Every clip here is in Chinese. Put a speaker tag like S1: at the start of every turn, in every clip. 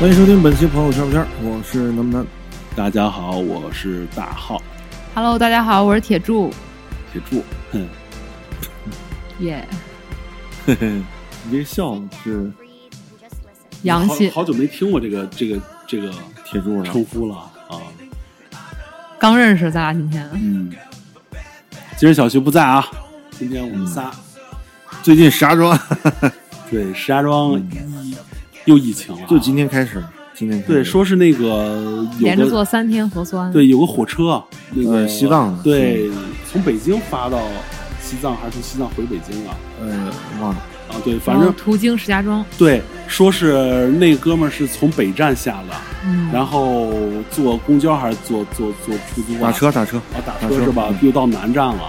S1: 欢迎收听本期朋友圈不圈，我是南不南。大家好，我是大浩
S2: Hello，大家好，我是铁柱，
S1: 铁柱。哼
S3: 嗯
S2: 耶、
S1: 嘿嘿，你这笑是
S2: 洋气
S3: 好，好久没听过这个这个这个
S1: 铁柱了。
S3: 称呼了啊！
S2: 刚认识咱俩今天，
S1: 嗯，
S3: 今儿小徐不在啊，今天我们仨、
S1: 最近石家庄
S3: 啊对石家庄又疫情了啊，
S1: 就今天开始，今天开始
S3: 嗯对，说是那个有
S2: 连着
S3: 个
S2: 做三天核酸，
S3: 对有个火车，那个、
S1: 呃西藏的
S3: 对，从北京发到西藏还是从西藏回北京啊？
S1: 呃忘了，
S3: 啊，对，
S2: 然
S3: 反
S2: 后
S3: 正
S2: 途经石家庄，
S3: 对，说是那哥们儿是从北站下的，
S2: 嗯，
S3: 然后坐公交还是坐坐坐出租啊
S1: 打车打车
S3: 啊打
S1: 打车
S3: 车是吧
S1: 嗯？
S3: 又到南站了，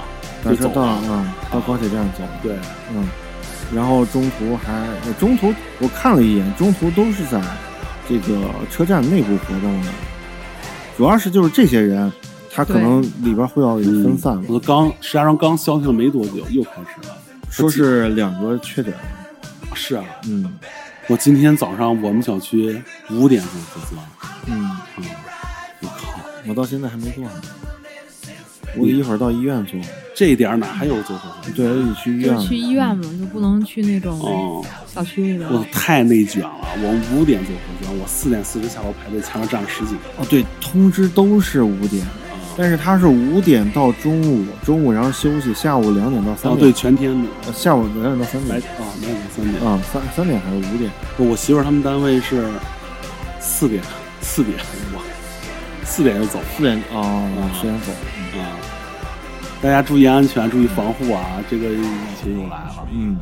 S1: 打
S3: 就
S1: 车
S3: 走
S1: 到
S3: 了。啊
S1: 嗯到高铁站走，
S3: 对，
S1: 嗯，然后中途还呃中途我看了一眼，中途都是在这个车站内部活动的，主要是就是这些人，他可
S2: 对
S1: 能里边会要有分散嘛
S3: 我都刚石家庄刚消停了没多久，又开始了。
S1: 说是两个缺点，
S3: 是啊，
S1: 嗯
S3: 我今天早上我们小区五点钟核酸，
S1: 嗯，
S3: 嗯，我靠，
S1: 我到现在还没做呢，我得一会儿到医院做，
S3: 这点儿哪还有做核酸？
S1: 对，我得去医
S2: 就是去
S1: 院，
S2: 医院嘛，就不能去那
S1: 嗯
S2: 种
S3: 嗯哦，
S2: 小区里边。
S3: 我太内卷了。我五点做核酸，我四点四十下楼排队，前面站了十几个
S1: 哦对，通知都是五点，
S3: 啊。
S1: 但是他是五点到中午，中午然后休息，下午两点到三
S3: 哦，
S1: 点，
S3: 对，全天的，
S1: 呃下午两点到三
S3: 白
S1: 点，
S3: 啊，没有三点。
S1: 啊三三点还是五点。
S3: 我媳妇儿他们单位是四点，四点哇，四点就走了。
S1: 四点哦
S3: 啊，
S1: 四点走。
S3: 啊，大家注意安全，注意防护啊！这个疫情又来了，
S1: 嗯，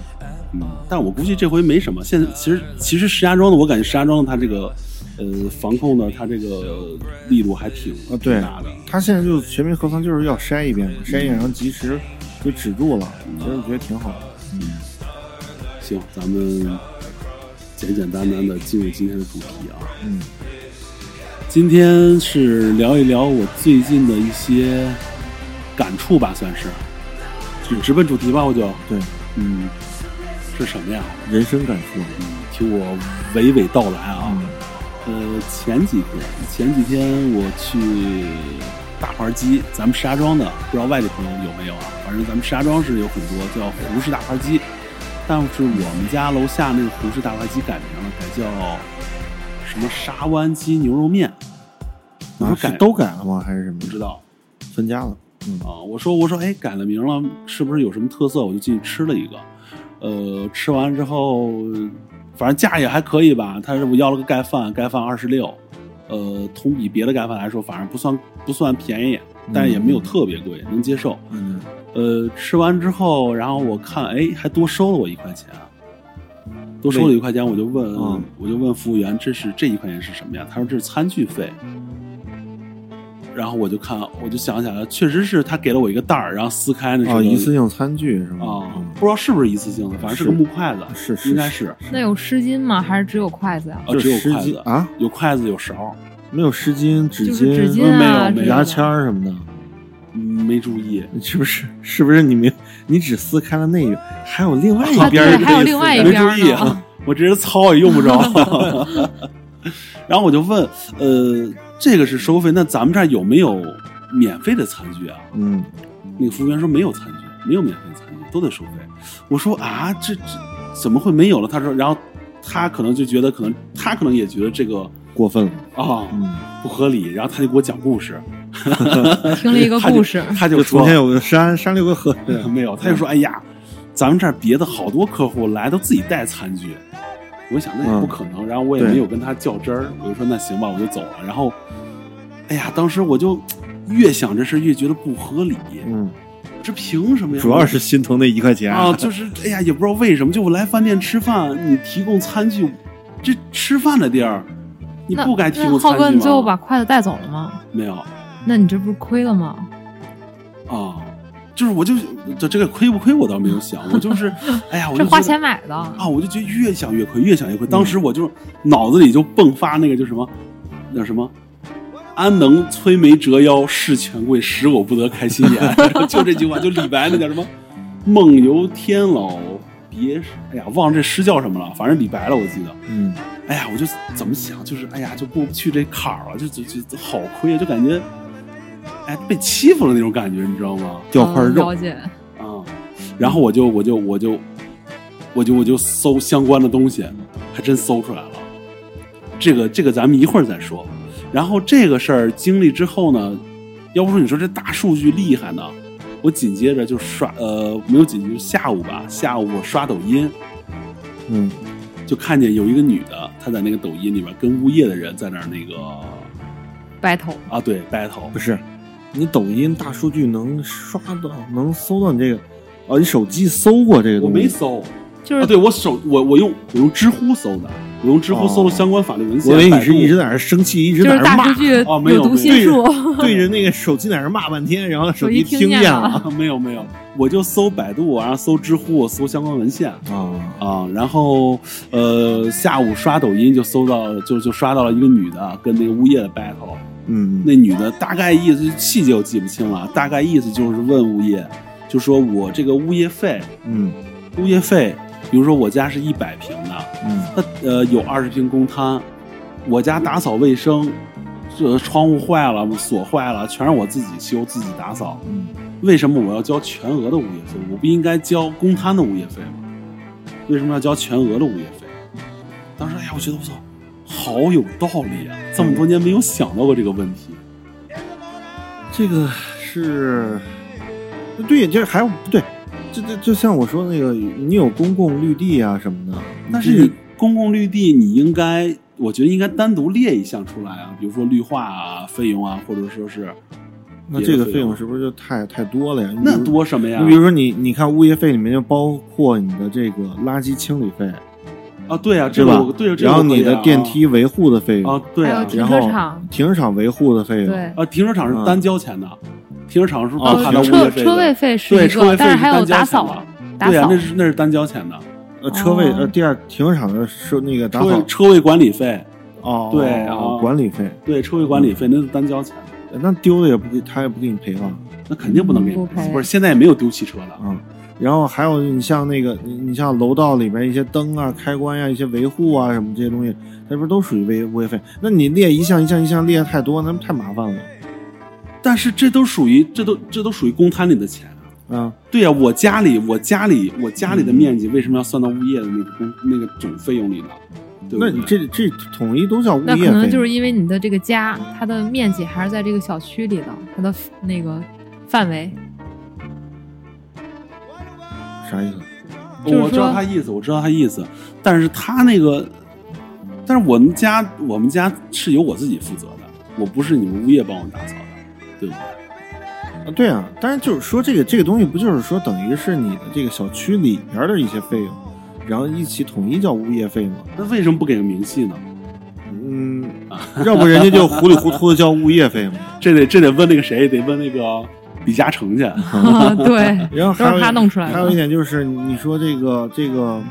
S3: 嗯，但我估计这回没什么。现在其实其实石家庄的，我感觉石家庄的它这个呃防控的，它这个力度还挺
S1: 啊对
S3: 挺大的。
S1: 他现在就全民核酸，就是要筛一遍嘛，筛一遍然后及时就止住了，其实我觉得挺好的。
S3: 行，咱们简简单单的进入今天的主题啊。
S1: 嗯，
S3: 今天是聊一聊我最近的一些感触吧，算是，就直奔主题吧，我就
S1: 对，
S3: 嗯，是什么呀？
S1: 人生感触。
S3: 听我娓娓道来啊。
S1: 嗯
S3: 呃，前几天，前几天我去大盘鸡，咱们石家庄的，不知道外地朋友有没有啊？反正咱们石家庄是有很多叫胡氏大盘鸡，但是我们家楼下那个胡氏大盘鸡改名了，改叫什么沙湾鸡牛肉面。我
S1: 啊，
S3: 说
S1: 是
S3: 改
S1: 都改了吗？还是什么
S3: 不？知道
S1: 分家了。嗯
S3: 啊，我说我说哎，改了名了，是不是有什么特色？我就进去吃了一个，呃，吃完之后，反正价也还可以吧。他是我要了个盖饭，盖饭二十六，呃，同比别的盖饭来说，反正不算不算便宜，但是也没有特别贵，能接受。
S1: 嗯，
S3: 呃，吃完之后，然后我看，哎，还多收了我一块钱，啊多收了一块钱，我就问，
S1: 嗯
S3: 我就问服务员，这是这一块钱是什么呀？他说这是餐具费。然后我就看，我就想起来了，确实是他给了我一个袋儿，然后撕开那是
S1: 哦，
S3: 个
S1: 一次性餐具是
S3: 啊
S1: 吗？嗯，
S3: 不知道是不是一次性的，反正是个
S1: 是
S3: 木筷子，
S1: 是是
S3: 应该
S1: 是
S3: 是，
S2: 那有湿巾吗？还是只有筷子呀、
S3: 啊，只有
S1: 湿
S3: 筷
S1: 巾
S3: 子，
S1: 啊，
S3: 有筷子有勺，
S1: 没有湿巾、纸
S2: 就是纸巾
S3: 没有
S2: 啊，
S3: 没有
S2: 之类的
S1: 牙签儿什么的。
S3: 嗯没注意，
S1: 你是不是？是不是你没？你只撕开了那一，还有另外一
S2: 啊，
S1: 边
S2: 对，
S1: 儿
S3: 这
S2: 还有
S3: 意思
S2: 另外一
S3: 没
S2: 边
S3: 注意
S2: 呢。
S3: 啊 我直接操也用不着。 然后我就问，呃，这个是收费，那咱们这儿有没有免费的餐具啊？
S1: 嗯，
S3: 那个服务员说没有餐具，没有免费餐具，都得收费。我说啊，这这怎么会没有了？他说，然后他可能就觉得，可能他可能也觉得这个
S1: 过分了。
S3: 啊、
S1: 嗯，
S3: 不合理，然后他就给我讲故事，呃
S2: 听了一个故事，
S3: 他就
S1: 就
S3: 说
S1: 从前有个山，山里有个河。
S3: 没有，他就
S1: 嗯
S3: 说：“哎呀，咱们这儿别的好多客户来都自己带餐具。”我想那也不可能，然后我也
S1: 嗯对
S3: 没有跟他较真儿，我就说那行吧，我就走了。然后，哎呀，当时我就越想这事儿越觉得不合理，
S1: 嗯，
S3: 这凭什么呀？
S1: 主要是心疼那一块钱
S3: 啊，就是哎呀，也不知道为什么，就我来饭店吃饭，你提供餐具，这吃饭的地儿，你
S2: 那
S3: 不该提供
S2: 那浩
S3: 餐具
S2: 哥，
S3: 吗？
S2: 你最后把筷子带走了吗？
S3: 没有
S2: 那你这不是亏了吗？
S3: 啊。就是我就这这个亏不亏我倒没有想，我就是，哎呀，我就
S2: 这花
S3: 觉得
S2: 钱买的，
S3: 啊，我就觉得越想越亏，越想越亏。当时我就脑子里就迸发那个叫什么，叫什么“安能摧眉折腰事权贵，使 我不得开心颜” ，就这句话，就李白那叫什么“梦游天姥比爷，哎呀，忘了这诗叫什么了，反正李白了，我记得。
S1: 嗯，
S3: 哎呀，我就怎么想，就是哎呀，就过不去这坎儿了，就就就就好亏啊，就感觉，哎，被欺负了那种感觉，你知道吗？
S1: 掉块
S2: 嗯
S1: 肉
S2: 了，解，
S3: 啊，然后我就我就我就我就我就搜相关的东西，还真搜出来了。这个这个咱们一会儿再说。然后这个事儿经历之后呢，要不说你说这大数据厉害呢，我紧接着就刷呃没有紧接着下午吧，下午我刷抖音
S1: 嗯
S3: 就看见有一个女的，她在那个抖音里边跟物业的人在那儿那个
S2: 白头
S3: 啊对 battle
S1: 不是，你抖音大数据能刷到，能搜到你这个，哦，你手机搜过这个
S3: 我
S1: 东西？
S3: 没搜
S2: 就
S3: 啊，
S2: 是
S3: 对我手我我用我用知乎搜的，我用知乎搜了相关法律文献。
S1: 哦我以为你是
S3: 百度
S1: 一直在那儿生气，一直
S2: 就
S1: 在那
S2: 是
S1: 儿
S2: 大
S1: 骂
S2: 数，据
S3: 哦没有
S2: 有读
S1: 没
S2: 心
S1: 有
S2: 术，
S1: 对着那个手机在那儿骂半天，然后手机
S2: 手机
S1: 听
S2: 听
S1: 见
S2: 见
S1: 了
S2: 了
S3: 啊，没有没有，我就搜百度，啊然后搜知乎，搜相关文献
S1: 啊，
S3: 啊，然后呃下午刷抖音就搜到就就刷到了一个女的啊跟那个物业的 battle，
S1: 嗯，
S3: 那女的大概意思细节我记不清了，大概意思就是问物业，就说我这个物业费，
S1: 嗯
S3: 物业费，比如说我家是一百平的，
S1: 嗯
S3: 它呃有二十平公摊，我家打扫卫生，这窗户坏了锁坏了全是我自己修自己打扫。
S1: 嗯
S3: 为什么我要交全额的物业费？我不应该交公摊的物业费吗？为什么要交全额的物业费？当时哎呀，我觉得我操，好有道理啊！这么多年没有想到过这个问题。
S1: 这个是，对，这还不对，这这就像我说的那个，你有公共绿地啊什么的，
S3: 但是
S1: 这
S3: 你公共绿地，你应该，我觉得应该单独列一项出来啊，比如说绿化啊、费用啊，或者说是
S1: 那这个
S3: 别的
S1: 费
S3: 费
S1: 用
S3: 用
S1: 是不是就太太多了呀？你比
S3: 那
S1: 如
S3: 多什么呀
S1: 你？比如说你，你看物业费里面就包括你的这个垃圾清理费，
S3: 啊，对啊，
S1: 对
S3: 这个
S1: 吧
S3: 我对啊，这个
S1: 然后
S3: 我可以
S1: 你的
S3: 啊
S1: 电梯维护的费用，
S3: 啊，对
S2: 还有
S3: 啊，
S2: 停
S1: 然
S2: 车
S1: 后
S2: 场
S1: 停车场维护的费用，
S2: 对
S3: 啊，停车场是单交钱的，停车场是不
S1: 哦
S3: 含到
S2: 呃
S3: 物
S1: 嗯停
S3: 业
S2: 车
S3: 费的。
S2: 车位费是
S3: 对，
S2: 一
S3: 车
S2: 个，
S3: 位费
S2: 但是还有
S3: 单交
S2: 打
S3: 钱
S2: 扫
S3: 的，
S2: 打
S3: 对呀、
S2: 扫
S3: 那是那是单交钱的，
S1: 呃，车位，
S2: 哦
S1: 呃，第二停车场的收那个打
S3: 车
S1: 扫
S3: 位，车位管理费，
S1: 哦，
S3: 对
S1: 哦
S3: 啊
S1: 管理费，
S3: 对，车位管理
S1: 嗯
S3: 费那是单交钱的，
S1: 那丢了也不给他也不给你赔吧，
S3: 那肯定不能给你
S2: 不
S3: 赔，
S2: 赔
S3: 不是现在也没有丢汽车的，
S1: 嗯。然后还有你像那个你你像楼道里面一些灯啊、开关呀、一些维护啊什么这些东西，它不是都属于维物业费？那你列一项一项一项列太多，那太麻烦了。
S3: 但是这都属于这都这都属于公摊里的钱啊。
S1: 嗯，
S3: 对呀、我家里我家里我家里的面积为什么要算到物业的那个公那个总费用里呢？对不
S1: 那
S3: 对
S1: 你这这统一都叫物业
S2: 那
S1: 费
S2: 可
S1: 吗，
S2: 能就是因为你的这个家，它的面积还是在这个小区里的，它的那个范 围。
S1: 啥意思？
S2: 就是
S3: 我知道
S2: 说
S3: 他意思，我知道他意思，但是他那个，但是我们家我们家是由我自己负责的，我不是你们物业帮我打扫的，对不对？
S1: 啊，对啊，但是就是说这个这个东西不就是说等于是你的这个小区里边的一些费用，然后一起统一叫物业费吗？
S3: 那为什么不给个明细呢？
S1: 嗯，要不人家就糊里糊涂的叫物业费嘛。
S3: 这得这得问那个谁，得问那个李嘉诚去。
S2: 对，
S1: 然后还
S2: 都
S1: 有
S2: 是
S1: 一
S2: 他弄出来
S1: 还有一
S2: 的。
S1: 点就是你说这个这个，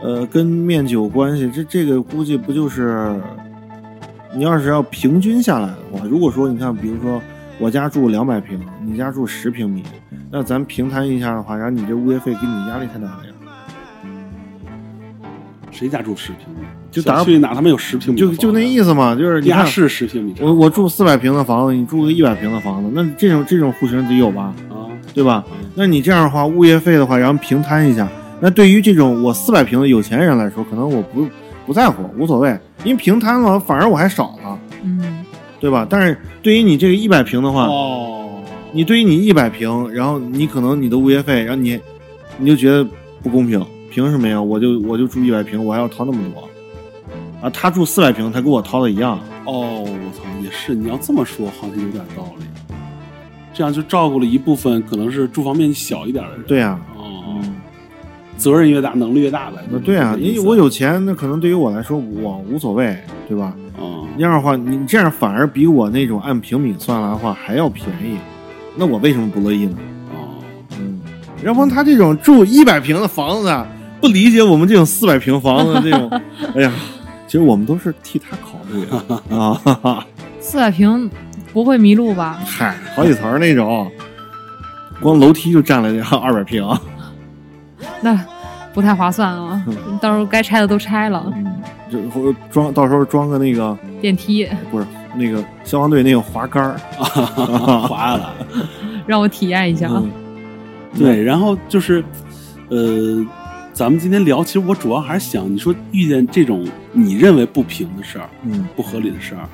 S1: 呃，跟面积有关系，这这个估计不就是你要是要平均下来的话，如果说你看，比如说我家住两百平，你家住十平米，那咱平摊一下的话，然后你这物业费给你压力太大了呀。
S3: 谁家住十平米？
S1: 就打
S3: 小区里哪他妈有十平米的
S1: 就
S3: 房子？
S1: 就那意思嘛，就是你
S3: 地下
S1: 看，
S3: 室十平米。
S1: 我我住四百平的房子，你住个一百平的房子，那这种这种户型得有吧，
S3: 啊，
S1: 对吧？那你这样的话，物业费的话，然后平摊一下，那对于这种我四百平的有钱人来说，可能我不不在乎，无所谓，因为平摊了，反而我还少了，
S2: 嗯，
S1: 对吧？但是对于你这个一百平的话，
S3: 哦，
S1: 你对于你一百平，然后你可能你的物业费，然后你你就觉得不公平，凭什么呀？我就我就住一百平，我还要掏那么多啊？他住四百平，他跟我掏的一样。
S3: 哦，我操，也是，你要这么说，好像有点道理。这样就照顾了一部分可能是住房面积小一点的人。
S1: 对呀、啊
S3: 哦，责任越大，能力越大呗。
S1: 那对啊，
S3: 就是这个意
S1: 你
S3: 思
S1: 我，有钱，那可能对于我来说我无所谓，对吧？
S3: 嗯
S1: 那样的话，你这样反而比我那种按平米算来的话还要便宜，那我为什么不乐意呢？
S3: 哦，
S1: 嗯，要不然他这种住一百平的房子，啊，不理解我们这种四百平房子的这 种，哎呀，其实我们都是替他考虑 的啊，哈哈
S2: 四百平不会迷路吧？
S1: 嗨，好几层那种，光楼梯就占了二百平，
S2: 那不太划算啊
S1: 嗯，
S2: 到时候该拆的都拆了，
S1: 嗯，就或者装到时候装个那个
S2: 电梯
S1: 不是那个消防队那个滑杆儿，
S3: 划 了。
S2: 让我体验一下啊
S1: 嗯，
S3: 哦 对，然后就是，呃，咱们今天聊，其实我主要还是想，你说遇见这种你认为不平的事儿、
S1: 嗯，
S3: 不合理的事儿，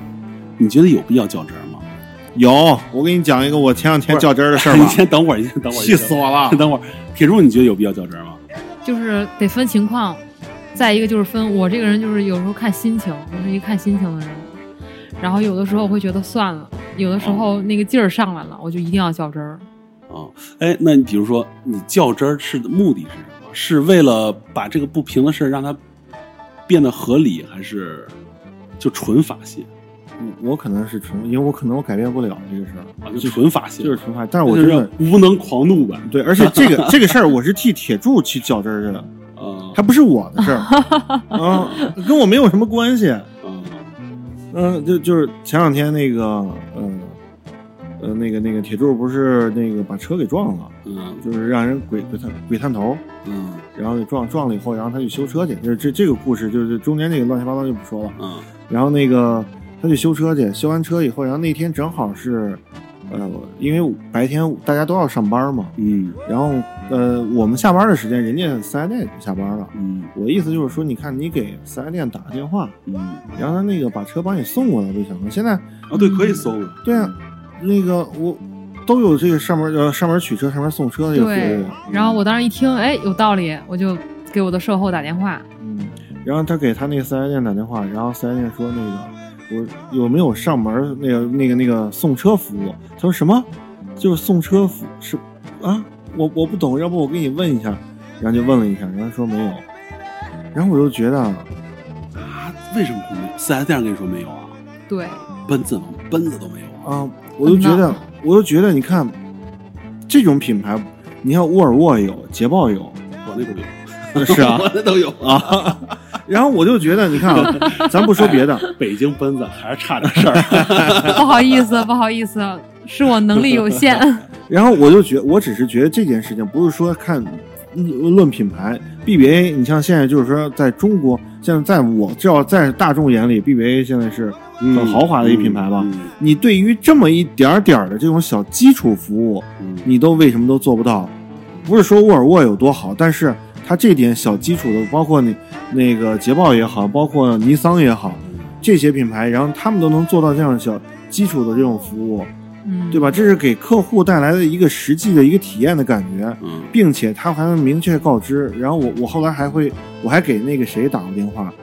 S3: 你觉得有必要较真儿吗？
S1: 有，我给你讲一个我前两天
S3: 不是
S1: 较真儿的事儿
S3: 你
S1: 吧，
S3: 先等会儿，你先等会儿，！
S1: 气死我 了
S3: 等会儿，铁柱，你觉得有必要较真儿吗？
S2: 就是得分情况，再一个就是分我这个人就是有时候看心情，我是一个看心情的人，然后有的时候会觉得算了，有的时候那个劲儿上来了，我就一定要较真儿。
S3: 啊、哎，那你比如说，你较真儿是的目的是什么？是为了把这个不平的事儿让它变得合理，还是就纯法系
S1: 我可能是纯，因为我可能我改变不了这个事儿，
S3: 啊？就纯法系，
S1: 就是纯发，但是
S3: 那
S1: 我
S3: 就
S1: 真
S3: 是
S1: 的
S3: 无能狂怒吧？
S1: 对，而且这 个这个事儿我是替铁柱去较真儿的，
S3: 啊、
S1: 还不是我的事 儿啊，跟我没有什么关系。
S3: 嗯
S1: 嗯，就就是前两天那个，嗯、呃，那个那个铁柱不是那个把车给撞了，
S3: 嗯
S1: 就是让人鬼鬼探鬼探头，
S3: 嗯
S1: 然后给撞撞了以后，然后他去修车去，就是这这个故事就是中间那个乱七八糟就不说了。
S3: 嗯
S1: 然后那个他去修车去，修完车以后，然后那天正好是，呃，因为白天大家都要上班嘛，
S3: 嗯
S1: 然后呃，我们下班的时间，人家四 S 店已经下班了。
S3: 嗯
S1: 我的意思就是说，你看你给四 S 店打个电话，
S3: 嗯，啊，
S1: 然后他那个把车帮你送过来就行了。现在
S3: 哦对，可以搜了。
S1: 对啊，那个我都有这个上门呃上门取车、上门送车的这个嗯服
S2: 对
S1: 务。，啊
S2: 然后我当时一听，哎，有道理，我就给我的售后打电话，
S1: 嗯，然后他给他那个四 S 店打电话，然后四 S 店说那个我有没有上门那个那个那个送车服务？他说什么？就是送车服是啊？我我不懂，要不我给你问一下？然后就问了一下，然后说没有。然后我就觉得啊，
S3: 啊，为什么不没有？四 S 店跟你说没有啊？
S2: 对，
S3: 奔子呢？奔子都没有啊？
S1: 啊，我就觉
S2: 很
S1: 得
S2: 棒，
S1: 我就觉得，你看这种品牌，你看沃尔沃有，捷豹有，
S3: 我那都有，
S1: 是啊
S3: 我那都有啊。
S1: 啊。然后我就觉得，你看啊，咱不说别的，
S3: 北京奔子还是差点 事儿。
S2: 不好意思，不好意思，是我能力有限。
S1: 然后我就觉，我只是觉得这件事情不是说看嗯论品牌，BBA，你像现在就是说，在中国，现在在我至少在大众眼里，BBA 现在是很豪华的一品牌吧。
S3: 嗯
S1: 你对于这么一点儿点儿的这种小基础服务，
S3: 嗯
S1: 你都为什么都做不到？不是说沃尔沃有多好，但是它这点小基础的，包括你那个捷豹也好，包括尼桑也好，这些品牌，然后他们都能做到这样小基础的这种服务，
S2: 嗯，
S1: 对吧？这是给客户带来的一个实际的一个体验的感觉，
S3: 嗯
S1: 并且他还能明确告知。然后我我后来还会，我还给那个谁打过电话，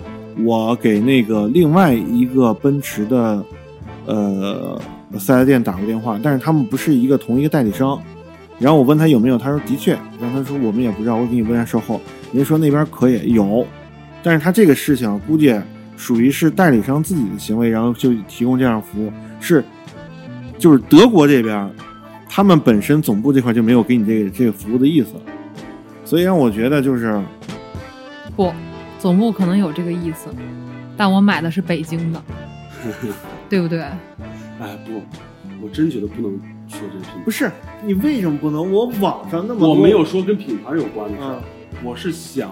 S1: 我给那个另外一个奔驰的，呃，四 S 店打过电话，但是他们不是一个同一个代理商。然后我问他有没有，他说的确，然后他说我们也不知道，我给你问一下售后，人家说那边可以有，但是他这个事情估计属于是代理商自己的行为，然后就提供这样的服务，是就是德国这边他们本身总部这块就没有给你这个这个服务的意思，所以让我觉得就是
S2: 不，总部可能有这个意思，但我买的是北京 的，对不对？
S3: 哎不，我真觉得不能说这品
S1: 不
S3: 牌。
S1: 是你为什么不能？我网上那么多
S3: 我没有说跟品牌有关的事
S1: 嗯
S3: 儿，我是想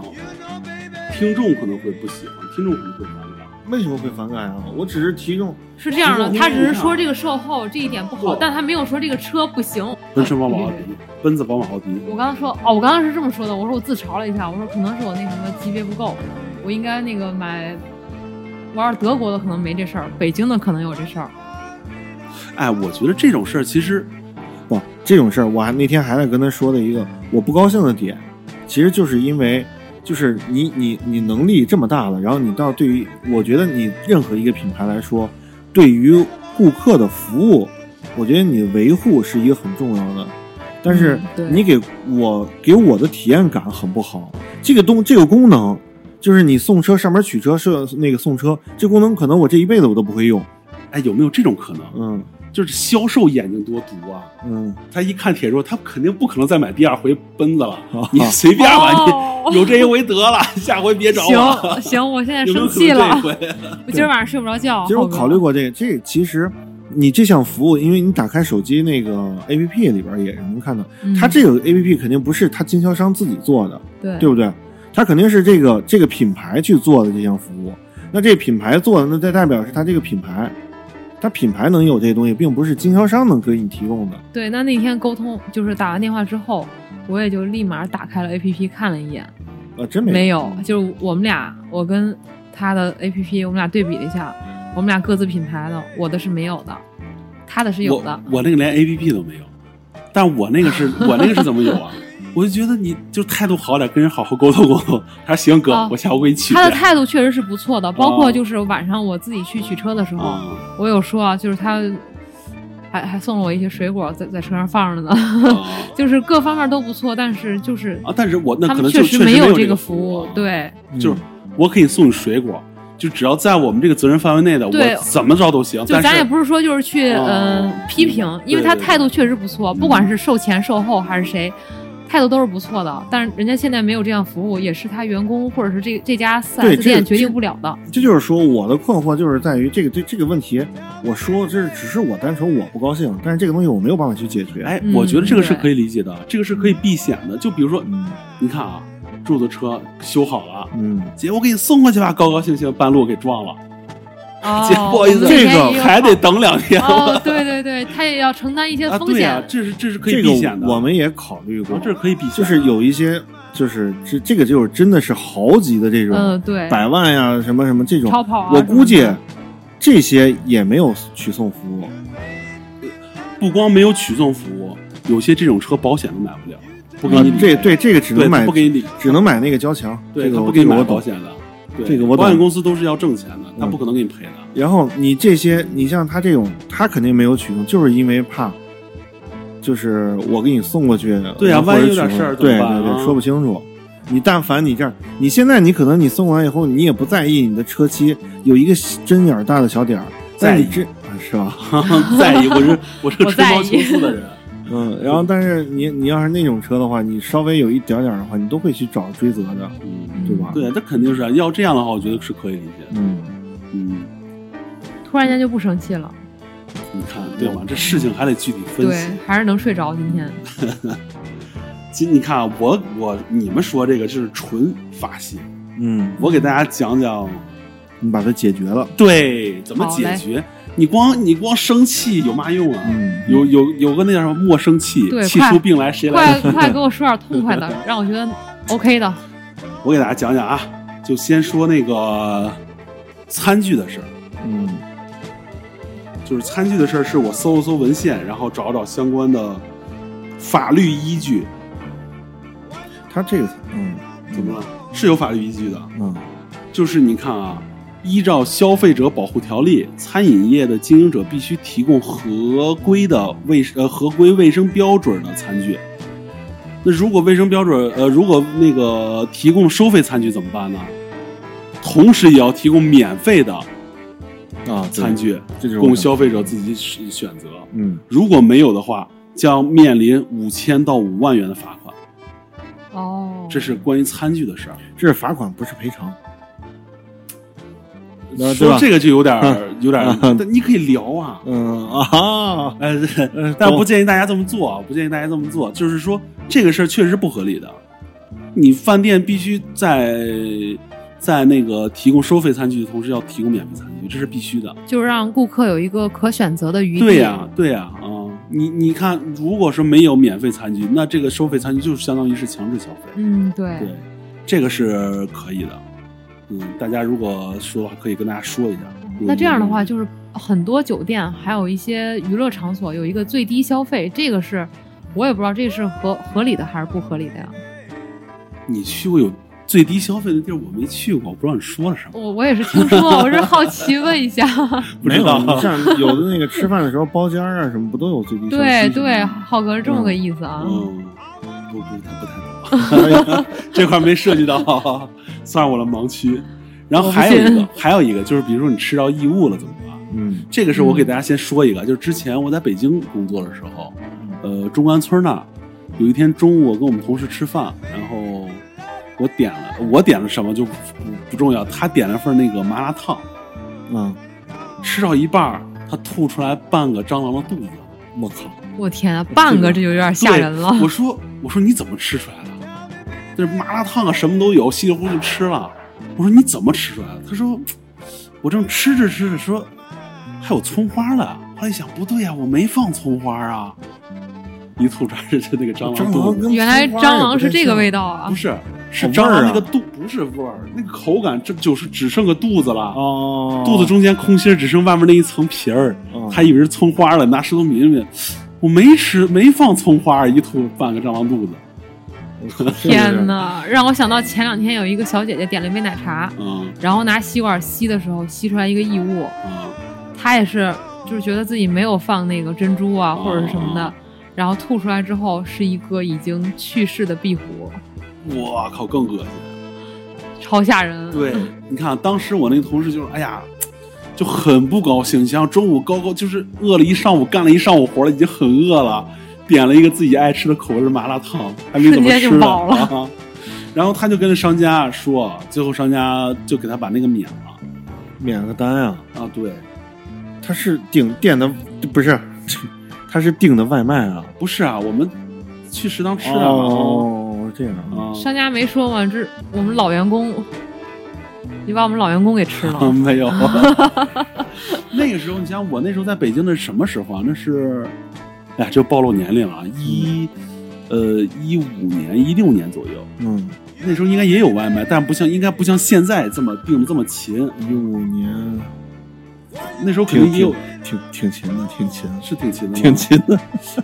S3: 听众可能会不喜欢，听众可能会反感。
S1: 为什么会反感啊？我只是提供
S2: 是这样的，
S3: 不
S2: 他只是说这个售后这一点不
S1: 哦
S2: 好，但他没有说这个车不行。
S3: 奔驰、宝马、奥迪，奔驰、宝马、奥迪，
S2: 我刚刚说哦，我刚刚是这么说的，我说我自嘲了一下，我说可能是我那什么级别不够，我应该那个买。我要是德国的可能没这事儿，北京的可能有这事 儿。
S3: 哎，我觉得这种事儿其实
S1: 不这种事儿，我还那天还在跟他说的一个我不高兴的点，其实就是因为就是你你你能力这么大了，然后你到对于我觉得你任何一个品牌来说，对于顾客的服务，我觉得你维护是一个很重要的，但是
S2: 嗯对
S1: 你给我给我的体验感很不好，这个东这个功能。就是你送车上门取车是那个送车，这功能可能我这一辈子我都不会用。
S3: 哎，有没有这种可能？
S1: 嗯
S3: 就是销售眼睛多毒啊！
S1: 嗯，
S3: 他一看铁柱，他肯定不可能再买第二回奔 子了。
S1: 啊
S3: 你随便吧，
S2: 哦
S3: 你有这一回得了，下回别找我。
S2: 行行，我现在
S3: 有没有
S2: 生
S3: 可能
S2: 气了，
S3: 这一回？
S2: 我今儿晚上睡不着觉。
S1: 其实我
S2: 浩哥
S1: 考虑过这个，这其实你这项服务，因为你打开手机那个 A P P 里边也能看到，
S2: 嗯
S1: 它这个 A P P 肯定不是它经销商自己做的，
S2: 对
S1: 对不对？它肯定是这个这个品牌去做的这项服务。那这品牌做的，那代代表是它这个品牌，它品牌能有这些东西，并不是经销商能给你提供的。
S2: 对，那那天沟通就是打完电话之后，我也就立马打开了 APP 看了一眼，
S1: 呃，真没
S2: 没有，就是我们俩，我跟他的 APP，我们俩对比了一下，我们俩各自品牌的，我的是没有的，他的 是有的。
S3: 我我那个连 A P P 都没有，但我那个是我那个是怎么有啊？ 我就觉得你就态度好点，跟人好好沟通沟通。他说行哥，
S2: 哦
S3: 我下午给你取。
S2: 他的态度确实是不错的，包括
S3: 哦
S2: 就是晚上我自己去取车的时候，
S3: 啊，
S2: 我有说啊，就是他还还送了我一些水果在在车上放着呢，
S3: 啊
S2: 就是各方面都不错，但是就是
S3: 啊但是我那
S2: 他
S3: 可
S2: 们
S3: 能就
S2: 实
S3: 确实没有
S2: 有
S3: 这
S2: 这
S3: 个服
S2: 服
S3: 务啊
S2: 对
S3: 就是
S2: 嗯
S3: 我可以送你水果，就只要在我们这个责任范围内的，
S2: 对
S3: 我怎么着都行。
S2: 就
S3: 但
S2: 咱也
S3: 是
S2: 不是说就是去
S3: 哦
S2: 嗯、呃批评，因为他
S3: 对对
S2: 态度确实不错，不管是售前售后还是谁，态度都是不错的。但是人家现在没有这样服务，也是他员工或者是这这家四
S1: 对
S2: S
S1: 这这
S2: 店决定不了 的。
S1: 这就是说，我的困惑就是在于这个这这个问题，我说这只是我单纯我不高兴，但是这个东西我没有办法去解决。，
S3: 哎
S2: 嗯，
S3: 我觉得这个是
S2: 对
S3: 可以理解的，这个是可以避险的。就比如说，
S1: 嗯
S3: 你看啊，柱子车修好了，
S1: 嗯，
S3: 姐我给你送过去吧，高高兴兴半路给撞了，
S2: 哦，
S3: 姐不好意思
S2: 我们那
S1: 这
S2: 天
S1: 个
S2: 也有
S3: 还得
S2: 讨
S3: 等两天。
S2: 哦，对对对，他也要承担一些
S3: 啊，
S2: 风
S3: 对
S2: 险。
S3: 呀，这是这是可以
S1: 这
S3: 避险
S1: 个
S3: 的，
S1: 我们也考虑过
S3: 啊，这是可以避险的，
S1: 就是有一些就是这这个就是真的是豪级的这种，
S2: 嗯，对，
S1: 百万呀什么什么这种，
S2: 超跑啊
S1: 我估
S2: 什
S1: 计
S2: 么的
S1: 这些也没有取送服务。
S3: 不光没有取送服务，有些这种车保险都买不了，不给
S1: 啊
S3: 你理
S1: 这对这个只
S3: 对
S1: 能买
S3: 不给你理，
S1: 只能买那个交强，
S3: 对
S1: 这个
S3: 他
S1: 我
S3: 不给你
S1: 这个
S3: 买
S1: 我
S3: 保
S1: 懂。
S3: 险的，对
S1: 这个我懂
S3: 保险公司都是要挣钱的，他
S1: 嗯
S3: 不可能给你赔 的。
S1: 然后你这些，你像他这种，他肯定没有取送，就是因为怕，就是我给你送过去，
S3: 对呀
S1: 或者
S3: 万一有
S1: 取
S3: 点事儿
S1: 送对
S3: 怎么办
S1: 对
S3: 啊
S1: 对，说不清楚。你但凡你这样，你现在你可能你送完以后，你也不在意你的车漆有一个针眼儿大的小点儿，但你
S3: 在意
S1: 这啊是 吧？
S3: 在意，我是我是个
S2: 我
S3: 吹
S2: 在
S3: 毛
S2: 意
S3: 求疵 的人，
S1: 嗯，然后但是你你要是那种车的话，你稍微有一点点儿的话，你都会去找追责的，
S3: 嗯，
S1: 对吧？
S3: 对，这肯定是要这样的话，我觉得是可以理解的。
S1: 嗯，
S3: 嗯，
S2: 突然间就不生气了，
S3: 你看对吧？这事情还得具体分
S2: 对
S3: 析。，
S2: 还是能睡着今天。
S3: 其实你看啊，我我你们说这个就是纯法系，
S1: 嗯，
S3: 我给大家讲讲
S1: 你把它解决了，
S3: 对，怎么
S2: 好
S3: 解
S2: 嘞
S3: 决？你光你光生气有嘛用啊？
S1: 嗯
S3: 有有有个那叫什么莫生气，
S2: 对
S3: 气
S2: 快
S3: 出病来谁来
S2: 快？快给我说点痛 快的，让我觉得 OK 的。
S3: 我给大家讲讲啊，就先说那个餐具的事儿。
S1: 嗯
S3: 就是餐具的事儿，是我搜了搜文献，然后找找相关的法律依据。
S1: 他这个嗯
S3: 怎么了？是有法律依据的，
S1: 嗯
S3: 就是你看啊，依照《消费者保护条例》，餐饮业的经营者必须提供合规的卫呃合规卫生标准的餐具。那如果卫生标准呃，如果那个呃提供收费餐具怎么办呢？同时也要提供免费的
S1: 啊
S3: 餐，具
S1: 对这就是我
S3: 供
S1: 想
S3: 消费者自己选选择。
S1: 嗯
S3: 如果没有的话，将面临五千到五万元的罚款。
S2: 哦，
S3: 这是关于餐具的事儿。
S1: 这是罚款不是赔偿，那对
S3: 说
S1: 吧
S3: 这个就有点儿 有点儿，但你可以聊啊。
S1: 嗯啊，
S3: 呃，
S1: 嗯
S3: 但
S1: 懂
S3: 不建议大家这么做啊，不建议大家这么做。就是说，这个事儿确实不合理的。你饭店必须在在那个提供收费餐具的同时，要提供免费餐具，这是必须的。
S2: 就让顾客有一个可选择的余地。
S3: 对呀、对呀、啊、你你看，如果说没有免费餐具，那这个收费餐具就是相当于是强制消费。
S2: 嗯，对，
S3: 对，这个是可以的。嗯，大家如果说的话，可以跟大家说一下。
S2: 那这样的话，就是很多酒店还有一些娱乐场所有一个最低消费，这个是我也不知道这是合合理的还是不合理的呀。
S3: 你去过有最低消费的地儿，我没去过，我不知道你说了什么。
S2: 我我也是听说，我是好奇问一 下。
S3: 不
S1: 没
S3: 知道
S1: 有， 你 像有的那个吃饭的时候包间儿啊什么不都有最低消
S2: 对
S1: 费
S2: 对，浩哥是这么个意思啊。
S3: 嗯，不不，他不太懂， 这块没涉及到， 算是我的盲区。然后还有
S2: 我不
S3: 一个
S2: 信，
S3: 还有一个就是，比如说你吃到异物了怎么办？
S1: 嗯
S3: 这个是我给大家先说一个，就是之前我在北京工作的时候，呃，中关村那儿有一天中午，我跟我们同事吃饭，然后我点了我点了什么就不不重要，他点了份那个麻辣烫，
S1: 嗯，
S3: 吃到一半儿，他吐出来半个蟑螂的肚子，我靠，
S2: 我天啊，半个这就有点吓人了
S3: 对。我说我说你怎么吃出来的？这麻辣烫啊什么都有，稀里糊涂就吃了。我说你怎么吃出来的？他说我正吃着吃着说还有葱花了。后来一想不对呀、我没放葱花啊。一吐出来是那个蟑螂
S1: 蟑
S3: 肚
S1: 螂
S3: 子
S1: 跟
S2: 原来
S1: 葱花
S2: 蟑
S1: 也不
S2: 螂
S1: 太
S2: 是这个
S1: 像
S2: 味道啊
S3: 不！是，是
S1: 哦
S3: 蟑
S1: 味儿
S3: 螂
S1: 啊
S3: 那个肚不是味儿，那个口感这就是只剩个肚子了，啊
S1: 哦，
S3: 肚子中间空心儿，只剩外面那一层皮儿，
S1: 哦
S3: 还以为是葱花了，拿石头抿抿，我没吃没放葱花，一吐半个蟑螂肚子，
S2: 天哪，让我想到前两天有一个小姐姐点了一杯奶茶，
S3: 嗯
S2: 然后拿吸管吸的时候吸出来一个异物，
S3: 嗯，
S2: 她也是就是觉得自己没有放那个珍珠啊
S3: 哦
S2: 或者是什么
S3: 哦
S2: 的，然后吐出来之后是一个已经去世的壁虎，
S3: 我靠，更恶心。
S2: 超吓人。
S3: 对，你看当时我那个同事就是，哎呀。就很不高兴，你想想中午高高就是饿了一上午，干了一上午活了，已经很饿了，点了一个自己爱吃的口味的麻辣烫，还没怎么
S2: 瞬
S3: 吃
S2: 间就
S3: 呢
S2: 饱了
S3: 啊然后他就跟那商家说，最后商家就给他把那个免了
S1: 免个单啊，
S3: 啊。对，
S1: 他是订店的不是，他是订的外卖啊，
S3: 不是啊，我们去食堂吃的啊
S1: 哦，这样啊，
S3: 啊
S2: 商家没说吗？这我们老员工，你把我们老员工给吃
S1: 哦
S3: 啊，
S1: 嗯
S2: 了。
S3: 没有。 那个时候，你想我那时候在北京，那是什么时候啊？那是，哎呀，就暴露年龄了啊，一，呃，一五年、一六年左右，
S1: 嗯，
S3: 那时候应该也有外卖，但不像应该不像现在这么订的这么勤。
S1: 一五年
S3: 那时候肯
S1: 挺
S3: 定也有
S1: 挺挺挺勤的，挺勤，
S3: 是挺勤的，
S1: 挺。勤的，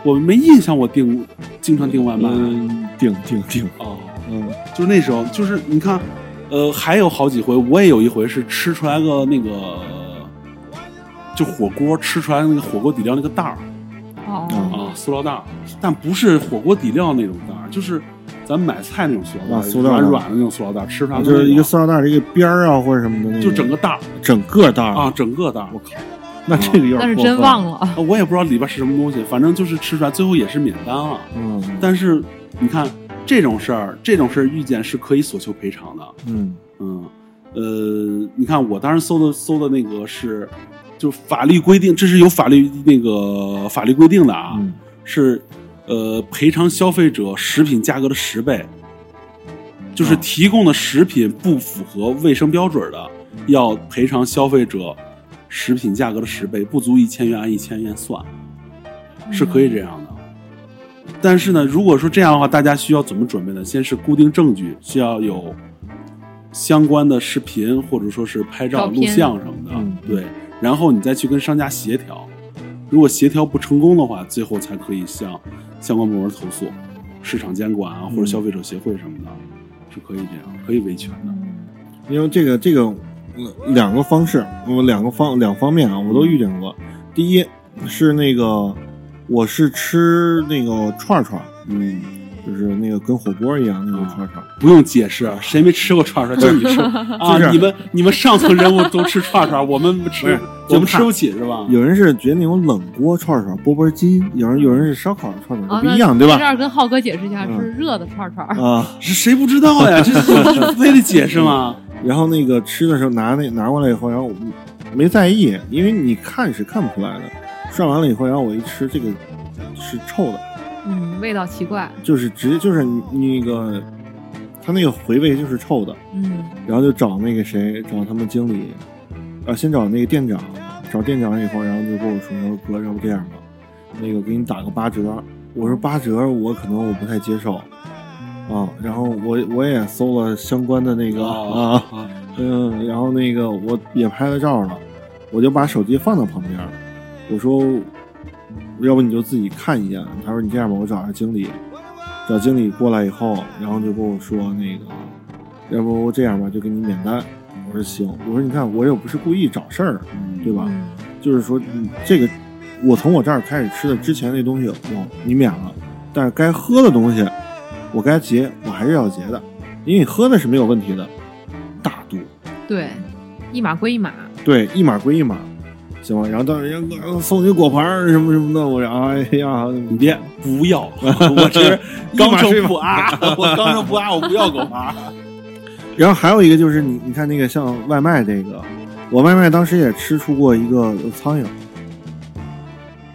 S3: 我没印象我订经常订外卖、啊
S1: 嗯，订订订，
S3: 哦，
S1: 嗯，
S3: 就是那时候，就是你看，呃，还有好几回，我也有一回是吃出来个那个，就火锅吃出来那个火锅底料那个袋儿。
S2: 哦，
S1: 嗯
S3: 啊，塑料袋儿，但不是火锅底料那种袋儿，就是咱们买菜那种塑料袋儿，
S1: 啊塑料袋儿啊
S3: 软软的那种塑料袋儿，吃上
S1: 就是一个塑料袋儿一个边儿啊或者什么的那
S3: 就整
S1: 个
S3: 个袋儿
S1: 整个袋儿
S3: 啊，，整个袋儿。
S1: 我靠，那这个有点
S2: 那是
S1: 过
S2: 真
S1: 分
S2: 忘，了，
S3: 啊我也不知道里边是什么东西，反正就是吃出来，最后也是免单了。
S1: 嗯，
S3: 但是你看这种事儿，这种事儿遇见是可以索求赔偿的。
S1: 嗯
S3: 嗯，呃，你看我当时搜的搜的那个是，就法律规定，这是有法律那个法律规定的啊。
S1: 嗯，
S3: 是呃赔偿消费者食品价格的十倍，就是
S1: 啊
S3: 提供的食品不符合卫生标准的，要赔偿消费者食品价格的十倍，不足一千元按一千元算，是可以这样的。但是呢，如果说这样的话，大家需要怎么准备呢？先是固定证据，需要有相关的视频或者说是拍照、
S2: 照
S3: 录
S2: 片
S3: 像什么的，
S1: 嗯
S3: 对，然后你再去跟商家协调。如果协调不成功的话，最后才可以向相关部门投诉，市场监管啊，或者
S1: 嗯
S3: 消费者协会什么的，是可以这样，可以维权的。
S2: 嗯
S1: 因为这个这个呃两个方式，我两个方两方面啊，我都遇见过。第一是那个我是吃那个串串，
S3: 嗯，
S1: 就是那个跟火锅一样那种
S3: 啊
S1: 串串，
S3: 不用解释，啊谁没吃过串串？就你吃
S1: 就
S3: 啊！
S1: 是
S3: 你 们你们上层人物都吃串串，我们不
S1: 不
S3: 吃
S1: 是，
S3: 我
S1: 就
S3: 们
S1: 怕
S3: 吃不起是吧？
S1: 有人是觉得那种冷锅串串钵钵鸡，有人有人是烧烤串
S2: 啊
S1: 串，不一样对
S2: 这
S1: 吧？
S2: 儿跟浩哥解释一下，
S1: 嗯
S2: 是热的串串儿，
S1: 啊，
S3: 是谁不知道呀？这这这非得解释吗？
S1: 然后那个吃的时候拿那拿过来以后，然后我没在意，因为你看是看不出来的。涮完了以后，然后我一吃，这个是臭的，
S2: 嗯，味道奇怪，
S1: 就是直接就是那个，它那个回味就是臭的，
S2: 嗯，
S1: 然后就找那个谁，找他们经理，啊，先找那个店长，找店长以后，然后就跟我说，说哥，要不这样吧，那个给你打个八折。我说八折，我可能我不太接受，啊，然后我我也搜了相关的那个 啊，
S3: 啊！
S1: 嗯，然后那个我也拍了照了，我就把手机放到旁边儿，我说，要不你就自己看一眼。他说你这样吧，我找下经理，找经理过来以后，然后就跟我说那个，要不这样吧，就给你免单。我说行，我说你看我也不是故意找事儿，对吧？
S2: 嗯
S1: 就是说你这个，我从我这儿开始吃的之前那东西，我你免了，但是该喝的东西，我该结我还是要结的，因为你喝的是没有问题的，大度。
S2: 对，一码归一码，
S1: 对，一码归一码，行吧。然后当时人家给我送你果盘儿什么什么的，我然后哎呀，
S3: 你别不要，我 这刚正不阿，我刚正不阿，我不要狗啊爬。
S1: 然后还有一个就是你你看那个像外卖这个，我外卖当时也吃出过一个苍蝇，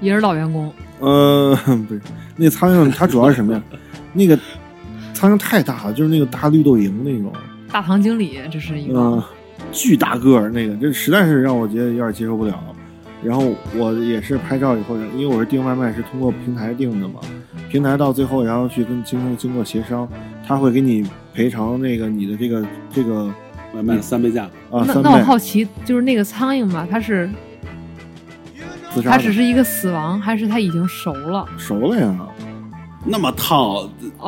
S2: 也是老员工，
S1: 呃，不是那苍蝇它主要是什么呀？那个苍蝇太大了，就是那个大绿豆蝇那种，
S2: 大堂经理这是一个，
S1: 嗯、巨大个儿那个，这实在是让我觉得有点接受不了。然后我也是拍照以后，因为我是订外卖是通过平台订的嘛，平台到最后然后去跟经过经过协商，他会给你赔偿那个你的这个这个
S3: 外卖三倍价格，
S1: 啊
S2: 那
S1: 三
S2: 那我
S1: 倍
S2: 好奇，就是那个苍蝇吧，它是
S1: 自杀
S2: 它
S1: 的
S2: 只是一个死亡，还是它已经熟了？
S1: 熟了呀。
S3: 那么烫，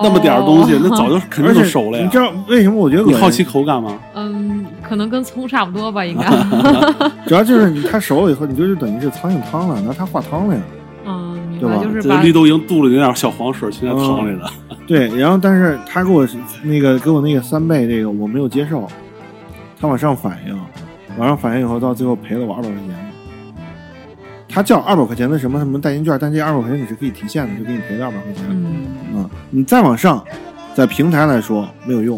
S3: 那么点儿东
S2: 哦
S3: 西，那早就肯定都熟
S1: 而且
S3: 了呀
S1: 你知。道为什么我觉得恶
S3: 你
S1: 心？
S3: 好奇口感吗？
S2: 嗯，可能跟葱差不多吧，应 该。
S1: 主要就是你它熟了以后，你就是等于是苍蝇汤了，拿它化汤了呀。
S2: 嗯，明
S1: 对
S2: 白，
S1: 吧
S2: 就是
S3: 这
S2: 把
S3: 绿豆蝇肚里那点小黄水
S1: 嗯
S3: 全在汤里了。
S1: 对，然后但是他给我那个给我那个三倍这个我没有接受，他往上反映，往上反映以后到最后赔了我二百块钱。他叫二百块钱的什么什么代金券，但这二百块钱你是可以提现的，就给你赔了二百块钱。
S2: 嗯，
S1: 啊，你再往上，在平台来说没有用，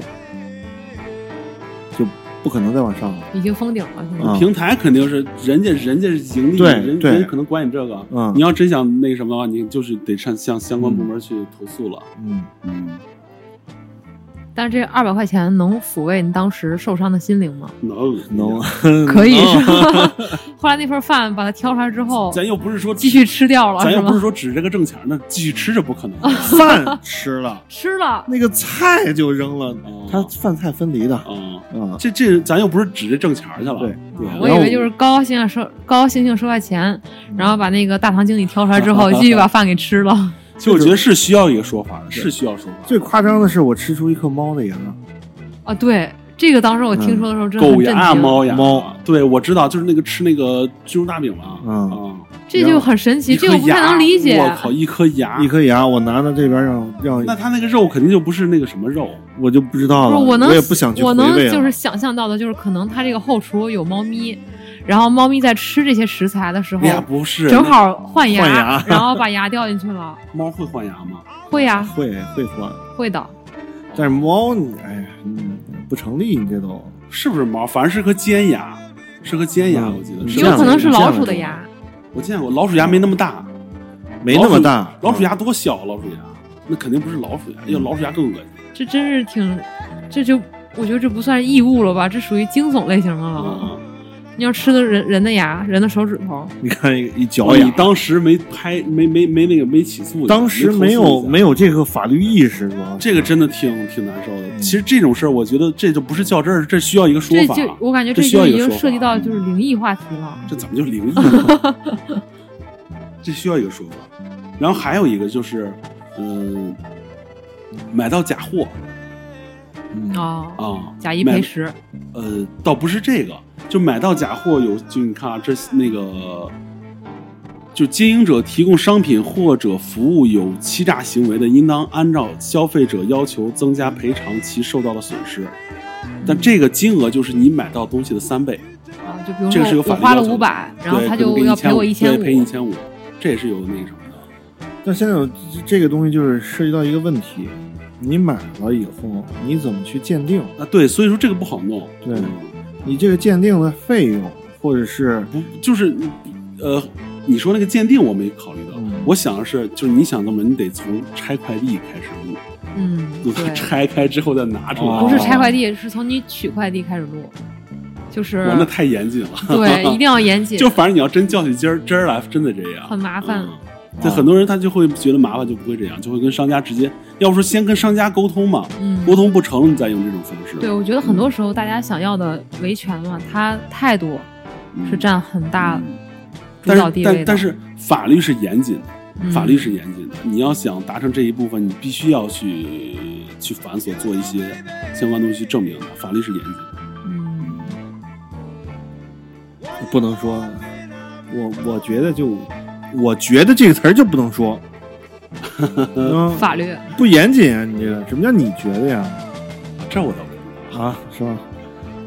S1: 就不可能再往上了。
S2: 已经封顶了，现在。
S1: 嗯
S3: 平台肯定是人家人家是盈利，
S1: 对
S3: 人
S1: 对
S3: 人家可能管你这个。
S1: 嗯
S3: 你要真想那什么的话，你就是得上向相关部门去投诉了。
S1: 嗯，
S3: 嗯，
S2: 但是这二百块钱能抚慰你当时受伤的心灵吗？
S3: 能
S1: 能、啊
S3: 嗯
S2: 可以是吧？ 后来那份饭把它挑出来之后，
S3: 咱又不是说
S2: 继续，吃掉了
S3: 咱
S2: 是
S3: 又不是
S2: 吗？
S3: 说指这个挣钱儿，那继续吃是不可能的。
S1: 饭吃了，
S2: 吃了，
S1: 那个菜就扔了，它
S3: 他
S1: 饭菜分离的啊。
S3: 啊，这这咱又不是指着挣钱儿去了。
S1: 对
S2: 啊
S3: 然后嗯
S2: 我以为就是高高兴兴收高高兴兴收下钱，然后把那个大堂经理挑出来之 后，继续把饭给吃了。
S3: 其实我觉得是需要一个说法的，
S1: 对
S3: 是需要说法的。
S1: 最夸张的是，我吃出一颗猫的牙，
S2: 啊，对，这个当时我听说的时候真的
S3: 狗
S2: 很震
S3: 牙、
S2: 惊，
S3: 猫牙，
S1: 猫
S3: 对我知道，就是那个吃那个猪肉大饼嘛，
S1: 嗯
S3: 啊，
S2: 这就很神奇，
S3: 一颗
S2: 这个我不太
S3: 牙
S2: 能理解。
S3: 我靠，一颗牙
S1: 一，颗牙，啊我拿到这边让让，
S3: 那它那个肉肯定就不是那个什么
S2: 哦
S3: 肉，
S1: 我就不知道
S2: 不
S1: 了，
S2: 是，我能，
S1: 也不想去回
S2: 我能
S1: 味了。啊
S2: 就是想象到的，就是可能他这个后厨有猫咪，然后猫咪在吃这些食材的时候
S3: 那，哎呀不是，
S2: 正好换牙，
S1: 换牙
S2: 然后把牙掉进去了。
S3: 那猫会换牙吗？
S2: 会呀、
S1: 会会换，
S2: 会的。
S1: 但是猫，你哎呀，嗯不成立，你这都
S3: 是不是猫？反正是颗尖牙，是颗尖牙，
S1: 嗯
S3: 我记得
S1: 你
S3: 是
S1: 这
S2: 有
S1: 样
S2: 可
S1: 子
S2: 能
S1: 你
S2: 是
S1: 这样
S2: 老
S1: 子
S2: 鼠的
S1: 说
S2: 牙，
S3: 我见过老鼠牙没那么大，
S1: 没那
S3: 老
S1: 么
S3: 鼠
S1: 大。嗯
S3: 老鼠牙多小，啊老鼠牙那肯定不是老鼠牙，要老鼠牙更恶心。
S2: 这真是挺，这就我觉得这不算异物了吧，这属于惊悚类型的了。
S3: 嗯，
S2: 你要吃的人人的牙，人的手指头，
S1: 嗯你看一
S3: 哦
S1: 嚼
S3: 你
S1: 牙，
S3: 当时没拍，没没没那个没起诉你，啊
S1: 当时没
S3: 投诉
S1: 有
S3: 你
S1: 没有这个法律意识，主要是
S3: 这个真的挺挺难受
S1: 嗯
S3: 的。其实这种事儿，我觉得这就不是较真儿，这需要一个说
S2: 这
S3: 法。
S2: 就我感觉
S3: 这
S2: 这
S3: 需要
S2: 就
S3: 一
S2: 已
S3: 个
S2: 经
S3: 说
S2: 涉及
S3: 法啊
S2: 到就是灵异话题了。
S3: 这怎么就灵异了？ 这需要一个说法。然后还有一个就是，嗯、买到假货
S1: 嗯
S2: 哦，
S3: 啊，
S2: 假一
S3: 买
S2: 赔十，
S3: 呃，倒不是这个，就买到假货有，就你看啊，这那个，就经营者提供商品或者服务有欺诈行为的，应当按照消费者要求增加赔偿其受到的损失，但这个金额就是你买到东西的三倍，
S2: 啊，就比如
S3: 这个是有
S2: 说我
S3: 法律
S2: 花了
S3: 要
S2: 五
S3: 求的
S2: 百，然后
S3: 对
S2: 他
S3: 可能
S2: 就要赔我一
S3: 1500
S2: 千
S3: 对，赔一
S2: 五，
S3: 千五，这也是有那个什么的。
S1: 但现在有这这个东西就是涉及到一个问题，你买了以后你怎么去鉴定？
S3: 啊，对，所以说这个不好弄。
S1: 对
S3: 嗯
S1: 你这个鉴定的费用，或者是
S3: 不就是呃，你说那个鉴定我没考虑到，
S1: 嗯
S3: 我想的是，就是你想这么，你得从拆快递开始录，
S2: 嗯，
S3: 录
S2: 对，
S3: 拆开之后再拿出来。
S1: 哦
S2: 不是拆快递，是从你取快递开始录，就是
S3: 哇，那太严谨了。
S2: 对， 一定要严谨，
S3: 就反正你要真较起真儿真儿来，真的这样，
S2: 很麻烦
S3: 嗯对，很多人他就会觉得麻烦，就不会这样，就会跟商家直接，要不说先跟商家沟通嘛，
S2: 嗯，
S3: 沟通不成，你再用这种方式。
S2: 对，我觉得很多时候大家想要的维权嘛，他态度
S3: 嗯，
S2: 是占很大
S3: 嗯
S2: 主
S3: 但
S2: 导
S3: 是
S2: 地位
S3: 但
S2: 的，
S3: 但是法律是严谨的，
S2: 嗯
S3: 法律是严谨的，你要想达成这一部分，你必须要去去繁琐做一些相关东西去证明的，法律是严谨的。
S2: 嗯，
S1: 不能说，我我觉得就，我觉得这个词儿就不能 说，嗯，
S2: 法律
S1: 不严谨啊！你这个什么叫你觉得呀？
S3: 这我倒不知道，
S1: 啊，是吧？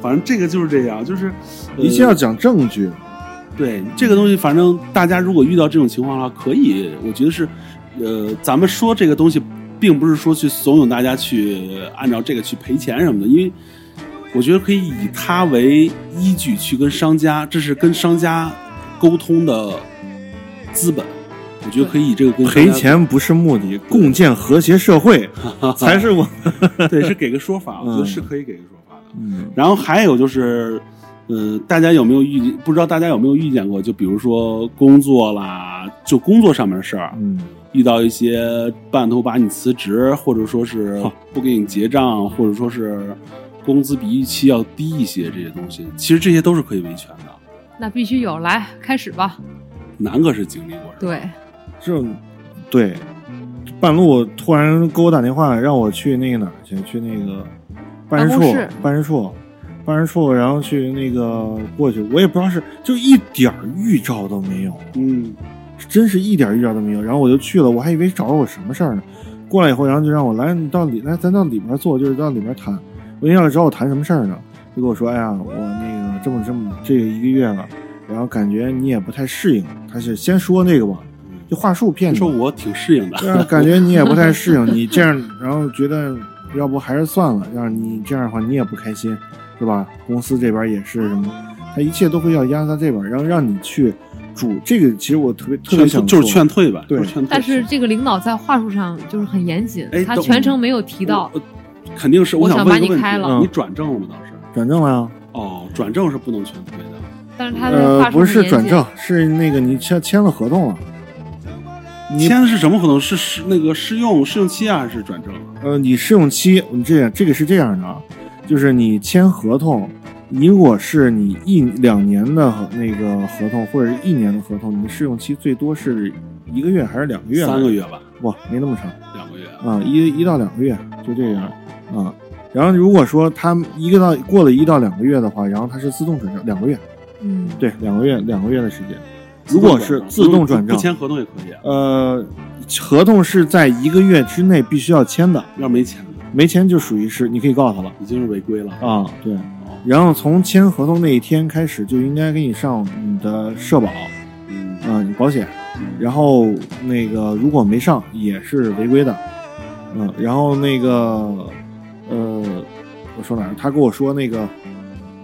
S3: 反正这个就是这样，就是呃
S1: 一切要讲证据，
S3: 对这个东西，反正大家如果遇到这种情况的话，可以，我觉得是，呃，咱们说这个东西，并不是说去怂恿大家去按照这个去赔钱什么的，因为我觉得可以以它为依据去跟商家，这是跟商家沟通的资本，我觉得可以以这个跟大家啊
S1: 赔钱不是目的，共建和谐社 会才是我。
S3: 对，是给个说法，我觉得
S1: 嗯
S3: 是可以给个说法的。
S1: 嗯
S3: 然后还有就是，呃，大家有没有遇不知道大家有没有遇见过？就比如说工作啦，就工作上面的事儿，
S1: 嗯，
S3: 遇到一些半途把你辞职，或者说是
S2: 哦
S3: 不给你结账，或者说是工资比预期要低一些这些东西，其实这些都是可以维权的。
S2: 那必须有，来开始吧。
S3: 南哥是经历过，是吧，
S2: 对，
S1: 这种对，半路突然给我打电话，让我去那个哪儿去？去那个办事
S2: 办
S1: 处
S2: 公室，
S1: 办事处，办事处，然后去那个过去，我也不知道是，就一点儿预兆都没有，
S3: 嗯，
S1: 真是一点儿预兆都没有。然后我就去了，我还以为找着我什么事儿呢。过来以后，然后就让我来，你到里来，咱到里边坐，就是到里边谈。我一要找我谈什么事儿呢？就跟我说，哎呀，我那个这么这么这个一个月了，然后感觉你也不太适应。他是先说那个吧，就话术骗
S3: 你
S1: 你。
S3: 说我挺适应的，
S1: 对 啊，感觉你也不太适应，你这样，然后觉得要不还是算了，让你这样的话你也不开心，是吧？公司这边也是什么，他一切都会要压在这边，然后让你去主这个，其实我特别特别
S3: 劝
S1: 想
S3: 退就是
S1: 说
S3: 劝退吧，
S1: 对
S3: 就是劝退。
S2: 但是这个领导在话术上就是很严谨
S3: 哎，
S2: 他
S3: 等
S2: 全程没有提到
S3: 我，我肯定是
S2: 我
S3: 想
S2: 想
S3: 问
S2: 把
S3: 一个
S2: 你
S3: 问题，
S2: 开了
S1: 嗯
S3: 你转正了吗？当时
S1: 转正了呀、
S3: 哦，转正是不能劝退的。
S2: 但是他的
S1: 呃
S2: 话，
S1: 不
S2: 术很
S1: 是
S2: 严
S1: 转
S2: 谨
S1: 正，是那个你签签了合同了，你
S3: 签的是什么合同？是试那个试用试用期啊，还是转正啊？
S1: 呃，你试用期，你这这个是这样的啊，就是你签合同，你如果是你一两年的合那个合同或者是一年的合同，你的试用期最多是一个月还是两个月？
S3: 三个。月吧，
S1: 哇，没那么长
S3: 两个月啊。
S1: 啊，一一到两个月就这样啊。然后如果说他一个到过了一到两个月的话，然后它是自动转正，两个月，
S2: 嗯，
S1: 对，两个月两个月的时间。
S3: 自
S1: 如
S3: 动
S1: 果
S3: 转
S1: 是
S3: 正
S1: 自动转
S3: 不
S1: 正
S3: 不，签合同也可以啊，
S1: 呃，合同是在一个月之内必须要签的，
S3: 要是没签的
S1: 没签就属于是你可以告他了。
S3: 已经是违规了。
S1: 啊，对
S3: 哦。
S1: 然后从签合同那一天开始，就应该给你上你的社保，
S3: 嗯，
S1: 啊，你保险。
S3: 嗯
S1: 然后那个如果没上也是违规的，嗯。然后那个呃，我说哪儿？他跟我说那个，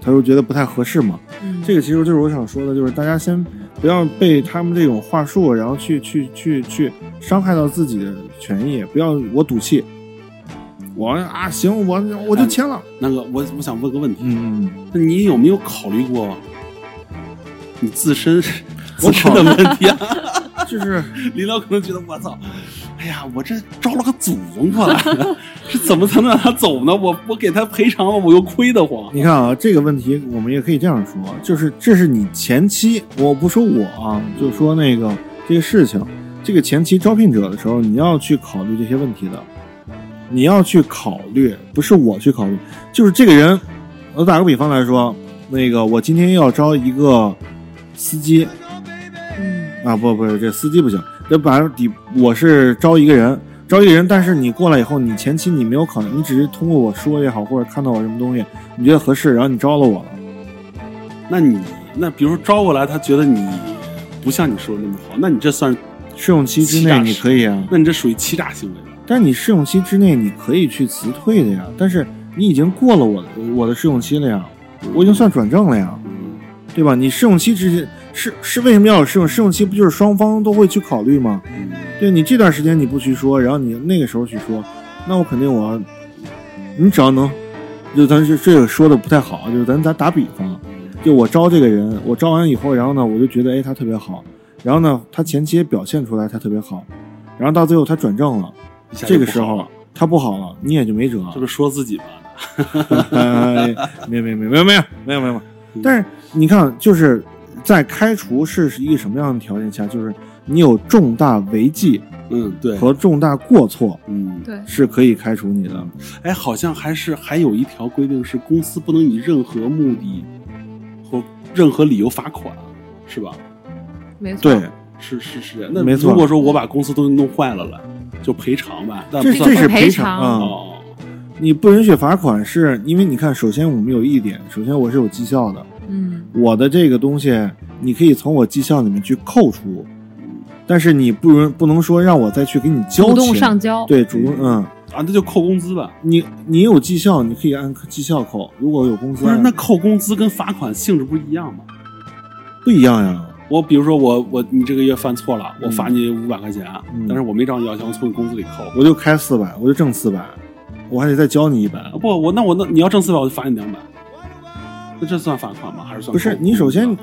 S1: 他说觉得不太合适嘛。
S2: 嗯
S1: 这个其实就是我想说的，就是大家先不要被他们这种话术，然后去去去去伤害到自己的权益。不要我赌气，我啊行，我我就签了，
S3: 那个我我想问个问题，
S1: 嗯。嗯
S3: 那你有没有考虑过你自 身自
S1: 我
S3: 身
S1: 考
S3: 的问题 啊？
S1: 就是
S3: 林导可能觉得我操，哎呀，我这招了个祖宗过来， 是怎么才能让他走呢？我我给他赔偿了，我又亏得慌。
S1: 你看啊，这个问题我们也可以这样说，就是这是你前期，我不说我啊，就说那个这个事情，这个前期招聘者的时候，你要去考虑这些问题的，你要去考虑，不是我去考虑，就是这个人，我打个比方来说，那个我今天要招一个司机
S2: 嗯
S1: 啊，不不是这司机不行，这把底我是招一个人。招一个人，但是你过来以后，你前期你没有考虑，你只是通过我说也好，或者看到我什么东西，你觉得合适，然后你招了我了，
S3: 那你那比如说招过来，他觉得你不像你说的那么好，那你这算是，
S1: 试用期之内你可以啊，
S3: 那你这属于欺诈行为了。
S1: 但是你试用期之内你可以去辞退的呀。但是你已经过了我的我的试用期了呀，我已经算转正了呀，
S3: 嗯
S1: 对吧？你试用期之前是是为什么要有试用？试用期不就是双方都会去考虑吗？
S3: 嗯
S1: 对你这段时间你不去说，然后你那个时候去说，那我肯定我要，你只要能，就咱这这个说的不太好，就是咱咱打比方，就我招这个人，我招完以后，然后呢，我就觉得哎他特别好，然后呢他前期也表现出来他特别好，然后到最后他转正了，
S3: 一下就
S1: 这个
S3: 不
S1: 时
S3: 好
S1: 候
S3: 了
S1: 他不好了，你也就没辙。
S3: 这不是说自己吗？
S1: 哎 没有没有没有没有没有没有没有。但是你看，就是在开除是一个什么样的条件下，就是你有重大违纪
S3: 嗯，对，
S1: 和重大过错
S3: 嗯，
S2: 对，
S1: 是可以开除你的。
S2: 嗯
S3: 哎，好像还是还有一条规定是公司不能以任何目的或任何理由罚款，是吧？
S2: 没错，
S1: 对，
S3: 是是是，那
S1: 没错
S3: 如果说我把公司东西弄坏了了，就赔偿吧，但
S1: 这
S3: 不算
S1: 这是
S2: 嗯赔
S1: 赔
S2: 偿
S1: 偿啊、
S3: 哦，
S1: 你不允许罚款，是因为你看，首先我们有一点，首先我是有绩效的，
S2: 嗯，
S1: 我的这个东西你可以从我绩效里面去扣除，但是你不允不能说让我再去给你交钱，
S2: 主动上交，
S1: 对，主动嗯。
S3: 啊，那就扣工资吧。
S1: 你你有绩效，你可以按绩效扣。如果有工资，
S3: 不是，
S1: 按
S3: 那扣工资跟罚款性质不是一样吗？
S1: 不一样呀。
S3: 我比如说我我你这个月犯错了，我罚你五百块钱，
S1: 嗯
S3: 但是我没照你要求，我从你工资里扣。
S1: 我就开四百，我就挣四百，我还得再交你一百。
S3: 啊不，我那我那你要挣四百，我就罚你两百。那这算罚款吗？还是算扣？
S1: 不是，你首先
S3: 啊，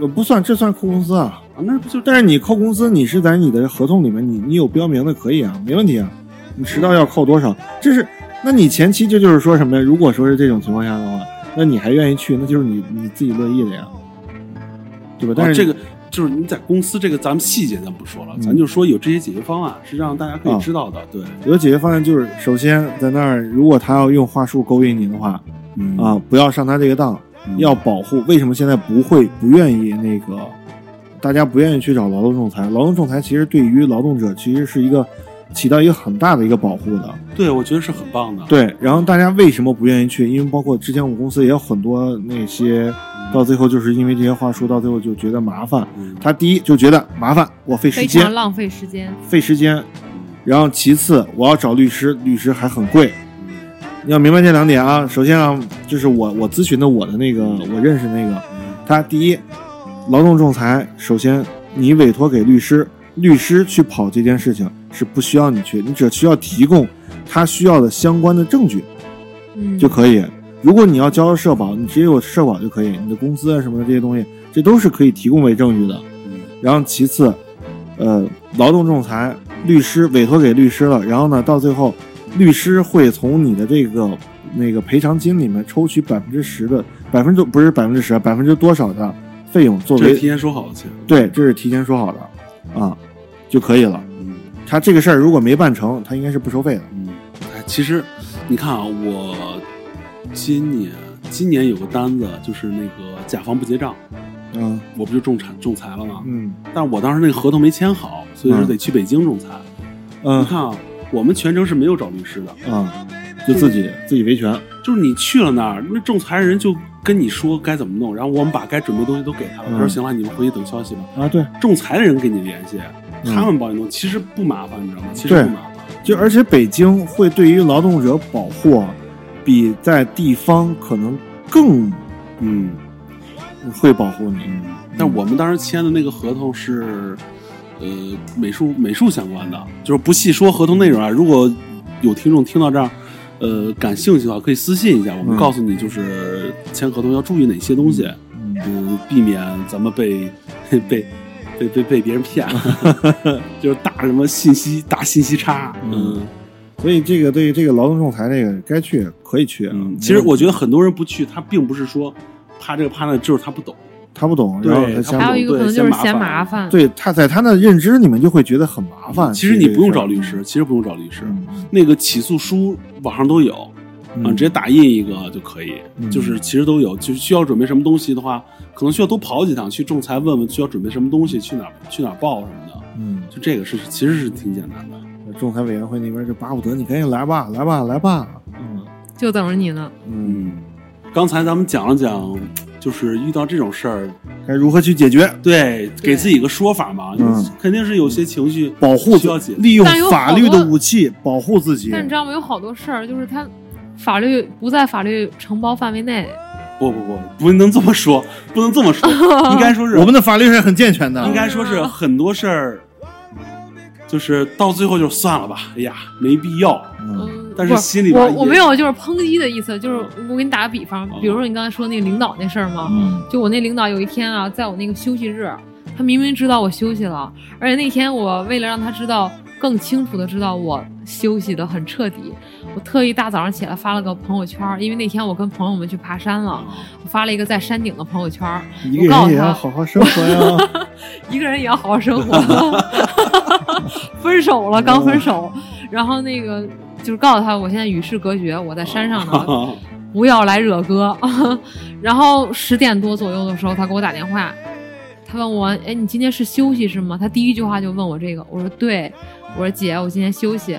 S1: 呃不算，这算扣工资啊。
S3: 那不就
S1: 但是你扣工资，你是在你的合同里面，你你有标明的可以啊，没问题啊。你迟到要扣多少？这是，那你前期这就是说什么呀？如果说是这种情况下的话，那你还愿意去，那就是你你自己乐意的呀，对吧？但是、嗯
S3: 啊这个就是你在公司这个咱们细节咱不说了，咱就说有这些解决方案是让大家可以
S1: 啊
S3: 知道的。对，
S1: 有的解决方案就是，首先在那儿，如果他要用话术勾引你的话，
S3: 嗯
S1: 啊，不要上他这个当，要保护。为什么现在不会不愿意那个，大家不愿意去找劳动仲裁？劳动仲裁其实对于劳动者其实是一个起到一个很大的一个保护的。
S3: 对，我觉得是很棒的。
S1: 对，然后大家为什么不愿意去？因为包括之前我们公司也有很多那些，到最后就是因为这些话术，到最后就觉得麻烦。
S3: 嗯，
S1: 他第一就觉得麻烦，我费时
S2: 非
S1: 间
S2: 常，浪费时间。
S1: 费时间。然后其次，我要找律师，律师还很贵。
S3: 嗯
S1: 你要明白这两点啊。首先啊，就是我我咨询的我的那个我认识那个，
S3: 嗯
S1: 他第一，劳动仲裁，首先你委托给律师，律师去跑这件事情是不需要你去，你只需要提供他需要的相关的证据
S2: 嗯，
S1: 就可以。如果你要交社保，你直接有社保就可以，你的工资啊什么的这些东西，这都是可以提供为证据的。
S3: 嗯
S1: 然后其次，呃，劳动仲裁律师委托给律师了，然后呢，到最后，律师会从你的这个那个赔偿金里面抽取百分之十的百分之不是百分之十，啊百分之多少的费用作
S3: 这是提
S1: 为
S3: 前说好的钱。
S1: 对，这是提前说好的啊，就可以了。
S3: 嗯
S1: 他这个事儿如果没办成，他应该是不收费的。
S3: 嗯，哎，其实你看啊，我今年今年有个单子，就是那个甲方不结账，
S1: 嗯
S3: 我不就仲裁仲裁了吗？
S1: 嗯
S3: 但我当时那个合同没签好，所以说
S1: 嗯
S3: 得去北京仲裁。你
S1: 嗯
S3: 看啊，我们全程是没有找律师的，
S1: 啊，就自己自己维权。
S3: 就是你去了那儿，那仲裁人就跟你说该怎么弄，然后我们把该准备的东西都给他了，他说
S1: 嗯
S3: 行了，你们回去等消息吧。
S1: 啊，对，
S3: 仲裁的人跟你联系，
S1: 嗯
S3: 他们帮你弄，其实不麻烦，你知道吗？其实
S1: 对
S3: 不麻烦。
S1: 就而且北京会对于劳动者保护啊，比在地方可能更
S3: 嗯，
S1: 会保护你。
S3: 但我们当时签的那个合同是，呃，美术美术相关的，就是不细说合同内容啊。如果有听众听到这儿，呃，感兴趣的话可以私信一下，我们
S1: 嗯
S3: 告诉你就是签合同要注意哪些东西，
S1: 嗯
S3: 嗯，避免咱们被 被被被被别人骗， 就是大什么信息大信息差，
S1: 嗯所以这个对于这个劳动仲裁这个该去可以去啊。
S3: 嗯，其实我觉
S1: 得
S3: 得很多人不去，他并不是说怕这个怕那个，就是他不懂。
S1: 他不懂，
S3: 对
S1: 然后他
S3: 他
S1: 瞎
S2: 还有
S1: 懂
S2: 一个可能
S3: 对嫌
S2: 就是
S3: 麻
S2: 嫌
S3: 烦
S2: 麻烦，
S1: 对他在他的认知里面就会觉得很麻烦。
S3: 啊嗯其实你不用找律
S1: 这
S3: 师，
S1: 个事
S3: 其实不用找律师
S1: 儿，，嗯
S3: 那个起诉书网上都有，啊，
S1: 嗯
S3: 直接打印一个就可以，
S1: 嗯
S3: 就是其实都有，就是需要准备什么东西的话，可能需要多跑几趟去仲裁问问需要准备什么东西，去哪儿去哪儿报什么的，
S1: 嗯，
S3: 就这个是其实是挺简单的。
S1: 仲裁委员会那边就巴不得你赶紧来吧，来吧，来吧。嗯
S2: 就等着你呢。
S1: 嗯，
S3: 嗯，刚才咱们讲了讲，就是遇到这种事儿，
S1: 该如何去解决？
S3: 对，给自己一个说法嘛，
S1: 嗯
S3: 肯定是有些情绪
S1: 保护
S3: 需要
S1: 自
S3: 解
S1: 己，，利用
S2: 但有好
S1: 法律的
S2: 多
S1: 武器保护自己。
S2: 但你知道吗？有好多事儿就是他法律不在法律承包范围内，
S3: 不不不，不能这么说，不能这 么说，应该说是
S1: 我们的法律是很健全
S2: 嗯
S1: 的，
S3: 应该说是很多事儿，就是到最后就算了吧，哎呀，没必要。
S1: 嗯
S2: 嗯，
S3: 但是
S2: 不
S3: 心里边
S2: 我
S3: 也哦
S2: 我没有就是抨击的意思，就是我给你打个比方，比如说你刚才说那个领导那事儿嘛，
S1: 嗯
S2: 就我那领导有一天啊，在我那个休息日，他明明知道我休息了，而且那天我为了让他知道更清楚的知道我休息的很彻底，我特意大早上起来发了个朋友圈，因为那天我跟朋友们去爬山了，我发了一个在山顶的朋友圈，
S1: 一个
S2: 我
S1: 人
S2: 告诉
S1: 也
S2: 他
S1: 要好好生活呀。
S2: 一个人也要好好生活。 分手了，刚分手，
S3: 哦
S2: 然后那个就是告诉他我现在与世隔绝，我在山上
S3: 啊
S2: 呢，不要来惹哥。 然后十点多左右的时候，他给我打电话，他问我：“哎，你今天是休息是吗？”他第一句话就问我这个，我说：“对。”我说：“姐，我今天休息。”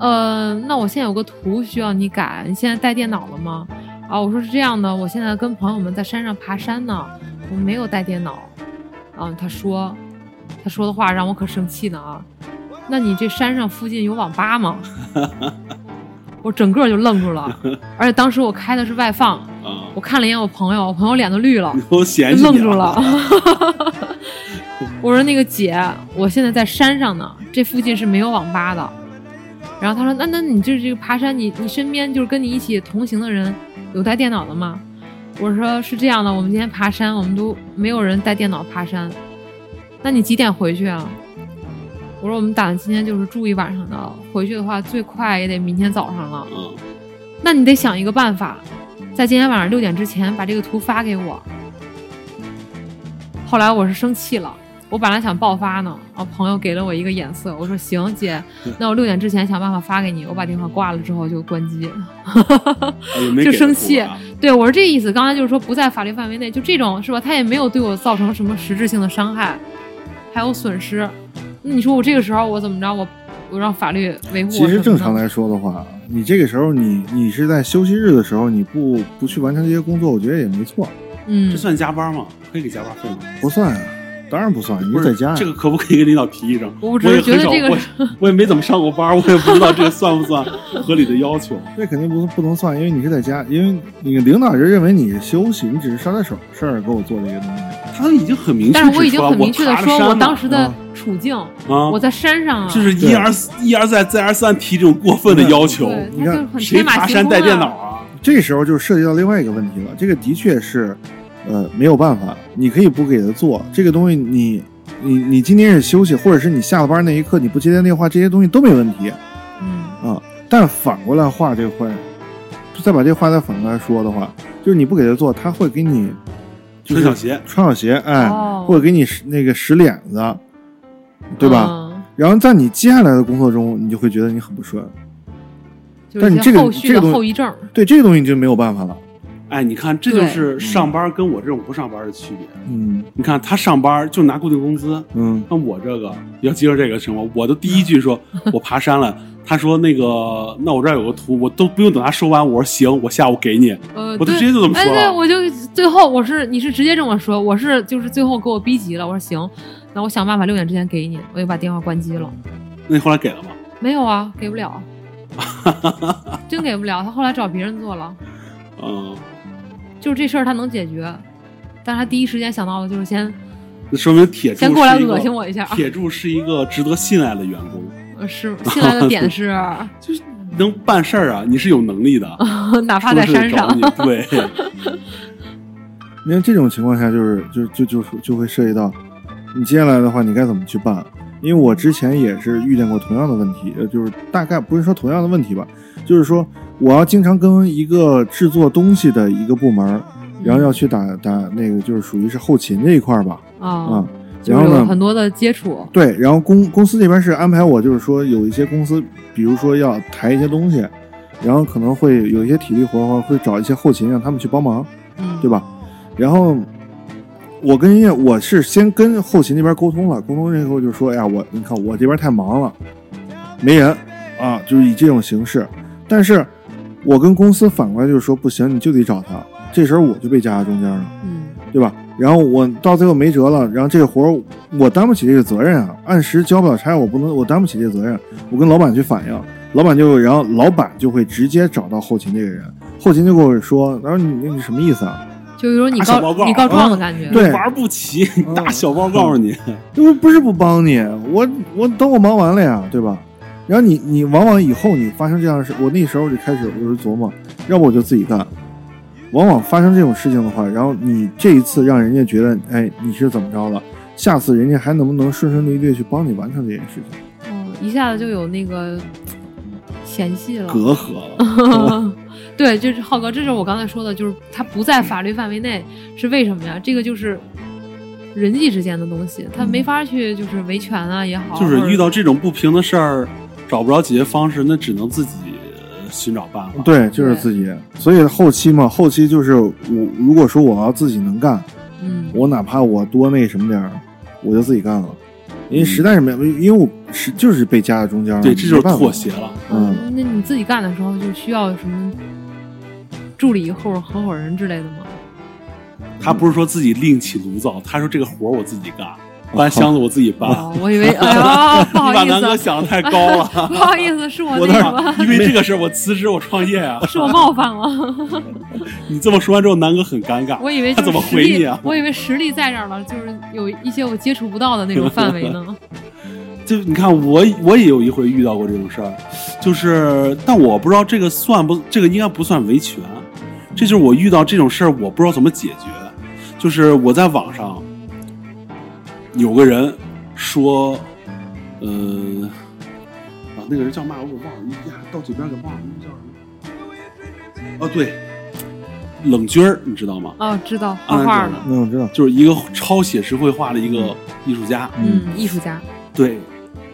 S2: 呃，那我现在有个图需要你改，你现在带电脑了吗？啊，我说是这样的，我现在跟朋友们在山上爬山呢，我没有带电脑。啊，他说，他说的话让我可生气呢啊。那你这山上附近有网吧吗？我整个就愣住了，而且当时我开的是外放，
S3: 啊，
S2: 我看了一眼我朋友，我朋友脸都绿了，
S3: 我嫌弃啊
S2: 愣
S3: 你
S2: 住了。 我说那个姐，我现在在山上呢，这附近是没有网吧的。然后他说，那那你就是这个爬山，你你身边就是跟你一起同行的人有带电脑的吗？我说是这样的，我们今天爬山，我们都没有人带电脑爬山。那你几点回去啊？我说我们打算今天就是住一晚上的，回去的话最快也得明天早上了。
S3: 嗯，
S2: 那你得想一个办法，在今天晚上六点之前把这个图发给我。后来我是生气了，我本来想爆发呢，啊，朋友给了我一个眼色，我说行姐，那我六点之前想办法发给你。我把电话挂了之后就关机，
S3: 啊也没
S2: 就
S3: 给
S2: 生
S3: 他
S2: 气
S3: 过啊
S2: 对我是这意思。刚才就是说不在法律范围内，就这种是吧？他也没有对我造成什么实质性的伤害，还有损失。那你说我这个时候我怎么着？我我让法律维护我？
S1: 其实正常，来说的话，你这个时候你你是在休息日的时候，你不不去完成这些工作，我觉得也没错，
S2: 嗯
S3: 这，算加班吗？可以给加班费吗？
S1: 不算啊，当然不算，你
S3: 不是
S1: 在家呀
S3: 这个可不可以跟领导提一声？
S2: 我只
S3: 也
S2: 是觉
S3: 很
S2: 得
S3: 少，
S2: 这个
S3: 我也我也没怎么上过班，我也不知道这个算不算合理的要求。
S1: 这肯定不不能算，因为你是在家，因为你领导就认为你休息，你只是捎带手事儿给我做这些东西。
S3: 他已经很明确指出
S2: 但
S3: 了，
S2: 是我已经很明确的
S3: 爬着
S2: 说，
S3: 山
S2: 我
S3: 呢
S2: 当时的
S1: 啊
S2: 处境，
S3: 啊，
S2: 我在山上啊，
S3: 就是一
S1: 对
S3: 而四一而再再而三提这种过分的要求，
S2: 对，
S1: 你
S2: 他
S1: 看
S2: 就很
S3: 谁
S2: 天马
S3: 爬
S2: 行
S3: 山
S2: 空啊
S3: 带电脑啊？
S1: 这时候就涉及到另外一个问题了，这个的确是，呃，没有办法，你可以不给他做这个东西你，你你今天是休息，或者是你下了班那一刻你不接电话，这些东西都没问题
S2: 嗯，
S1: 啊。但反过来话这块，再把这话再反过来说的话，就是你不给他做，他会给你就
S3: 穿
S1: 是
S3: 小鞋，
S1: 穿小鞋，哎，
S2: 哦
S1: 或者给你使那个使脸子，对吧？
S2: 嗯？
S1: 然后在你接下来的工作中，你就会觉得你很不顺。
S2: 就
S1: 但
S2: 是
S1: 你
S2: 一
S1: 这
S2: 些
S1: 个
S2: 后续
S1: 这个
S2: 的
S1: 东西
S2: 后遗症，
S1: 对这个东西你就没有办法了。
S3: 哎，你看这
S2: 嗯
S3: 就是上班跟我这种不上班的区别。
S1: 嗯
S3: 你看他上班就拿固定工资，
S1: 嗯，
S3: 那我这个要接受这个情况，我的第一句说我爬山了，他说那个那我这儿有个图，我都不用等他说完，我说行，我下午给你，
S2: 呃，
S3: 我就
S2: 对
S3: 直接就这么
S2: 哎，
S3: 说啊
S2: 对，
S3: 了。
S2: 我就最后我是你是直接这么说，我是就是最后给我逼急了，我说行，那我想办法六点之前给你，我就把电话关机了。
S3: 那你后来给了吗？
S2: 没有啊，给不 了，真给不了。他后来找别人做了，
S3: 嗯，
S2: 就是这事儿他能解决，但是他第一时间想到的就是先
S3: 那说明铁柱
S2: 先过来
S3: 是一个
S2: 恶心我一下啊
S3: 铁柱是一个值得信赖的员工，
S2: 呃是新来的点 是，
S3: 就是能办事儿啊，你是有能力的，
S2: 哪嗯怕在
S3: 出事
S2: 山
S3: 找
S2: 上
S3: 你， 对，
S1: 因为这种情况下就是就就就就会涉及到你接下来的话，你该怎么去办？因为我之前也是遇见过同样的问题，呃，就是大概不是说同样的问题吧，就是说我要经常跟一个制作东西的一个部门，
S2: 嗯
S1: 然后要去打打那个就是属于是后勤这一块儿吧，啊、
S2: 啊，就
S1: 然
S2: 是
S1: 后
S2: 有
S1: 呢，
S2: 很多的接触，
S1: 对，然后公公司这边是安排我，就是说有一些公司，比如说要抬一些东西，然后可能会有一些体力活的话，会找一些后勤让他们去帮忙，
S2: 嗯，
S1: 对吧？然后我跟人家我是先跟后勤那边沟通了，沟通之后就说，哎呀，我你看我这边太忙了，没人啊，就是以这种形式。但是我跟公司反过来就是说，不行，你就得找他。这时候我就被夹在中间了。
S2: 嗯，
S1: 对吧？然后我到最后没辙了，然后这个活儿我担不起这个责任啊，按时交不了差，我不能，我担不起这个责任，我跟老板去反映，老板就，然后老板就会直接找到后勤这个人，后勤就跟我说，他说你你什么意思啊？
S2: 就有种你
S3: 打小报告
S2: 告你告状的
S1: 啊
S2: 感觉，
S1: 对
S3: 玩不起，你
S1: 嗯
S3: 打小报告你，
S1: 我不是不帮你，我我等我忙完了呀，对吧？然后你你往往以后你发生这样的事，我那时候就开始我就琢磨，要不我就自己干。往往发生这种事情的话，然后你这一次让人家觉得，哎，你是怎么着了？下次人家还能不能顺顺利利地去帮你完成这件事情？
S2: 嗯，一下子就有那个嫌隙了。
S3: 隔阂了。
S2: 对，就是浩哥，这就是我刚才说的，就是它不在法律范围内，是为什么呀？这个就是人际之间的东西，他
S1: 嗯
S2: 没法去就是维权啊也好，
S3: 就是
S2: 或者
S3: 遇到这种不平的事儿，找不着解决方式，那只能自己呃寻找办法。
S1: 对，就是自己。所以后期嘛，后期就是我如果说我要自己能干，
S2: 嗯，
S1: 我哪怕我多那什么点儿，我就自己干了，因为实在是没有，因为我是就是被夹在中间了，
S3: 对，这就是
S1: 没办法
S3: 妥协了。
S1: 嗯，
S2: 那你自己干的时候就需要什么助理或者合伙人之类的吗？
S3: 他不是说自己另起炉灶，他说这个活儿我自己干，搬箱子我自己搬。
S2: 哦，我以为，哎 呀，不好
S3: 你把南哥
S2: 意思，
S3: 想的太高了，
S2: 不好意思，是 我
S3: 我
S2: 那
S3: 当
S2: 个
S3: 时
S2: 了，
S3: 因为这个事儿我辞职，我创业啊。
S2: 是我冒犯了。
S3: 你这么说完之后，南哥很尴 尬。
S2: 我以为
S3: 他
S2: 就是
S3: 怎么
S2: 实
S3: 回
S2: 力，
S3: 你啊？
S2: 我以为实力在这儿了，就是有一些我接触不到的那种范围 呢。
S3: 就你看我，我也有一回遇到过这种事儿，就是，但我不知道这个算不，这个应该不算维权，这就是我遇到这种事儿，我不知道怎么解决。就是我在网上有个人说，呃，啊，那个人叫嘛我给忘了，呀，啊到嘴边给忘了，那个叫什么？哦，对，冷军儿，你知道吗？
S2: 哦，知
S3: 啊
S2: 道画画了，
S1: 嗯那我知道，
S3: 就是一个超写实绘画的一个艺术家，
S1: 嗯
S2: 嗯，艺术家，
S3: 对，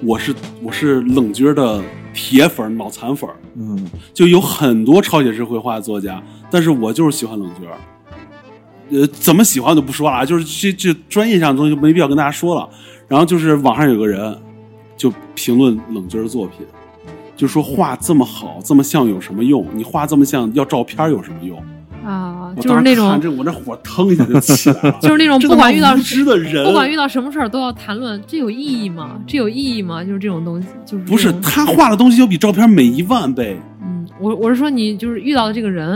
S3: 我是我是冷军儿的铁粉儿、脑残粉儿，
S1: 嗯，
S3: 就有很多超写实绘画作家，但是我就是喜欢冷军儿。呃，怎么喜欢我就不说了啊，就是这这专业上的东西就没必要跟大家说了。然后就是网上有个人就评论冷军儿的作品，就说画这么好，这么像有什么用？你画这么像，要照片儿有什么用？
S2: 啊，
S3: 我
S2: 就是
S3: 当
S2: 那
S3: 时看
S2: 种，。
S3: 这我那火腾一下就起来了
S2: 就是那种
S3: 这
S2: 不
S3: 他妈
S2: 管遇到
S3: 无知的人，
S2: 不管遇到什么事儿都要谈论，这有意义吗？这有意义吗？就是这种东西，就是
S3: 不是
S2: 这种
S3: 他画的东西要比照片美一万倍
S2: 嗯，我我是说你就是遇到的这个人，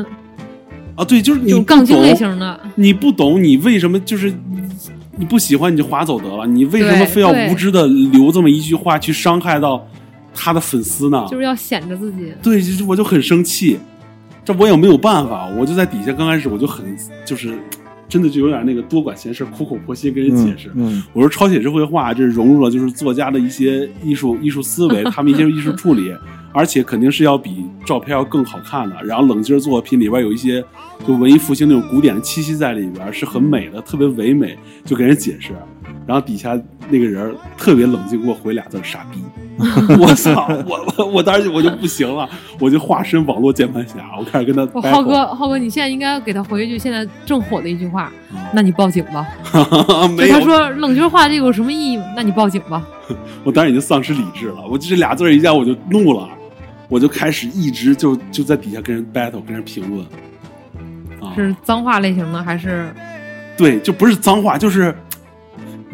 S3: 啊！对，就是
S2: 这
S3: 你
S2: 种
S3: 不
S2: 杠精类
S3: 懂
S2: 型的，
S3: 你不懂，你为什么就是你不喜欢你就划走得了？你为什么
S2: 对
S3: 非要
S2: 对
S3: 无知的留这么一句话去伤害到他的粉丝呢？
S2: 就是要显着自己。
S3: 对，就是我就很生气，这我也没有办法，我就在底下刚开始我就很就是真的就有点那个多管闲事、苦口婆心跟人解释。
S1: 嗯，
S3: 我说超写实绘画，这融入了就是作家的一些艺术艺术思 维，他们一些艺术处理，而且肯定是要比照片要更好看的。然后冷静作品里边有一些就文艺复兴那种古典的气息在里边，是很美的，特别唯美，就给人解释。然后底下那个人特别冷静，给我回俩字儿“傻逼”， 我操！我我我当时我就不行了，我就化身网络键盘侠，我开始跟他
S2: 我
S3: battle
S2: 浩哥，浩哥，你现在应该给他回一句现在正火的一句话，
S1: 嗯
S2: 那你报警吧。就
S3: 没
S2: 他
S3: 有
S2: 说冷军话这有什么意义吗？那你报警吧。
S3: 我当时已经丧失理智了，我就这俩字儿一下我就怒了，我就开始一直就就在底下跟人 battle，跟人评论，
S1: 哦
S3: 啊，
S2: 是脏话类型的还是
S3: 对，就不是脏话，就是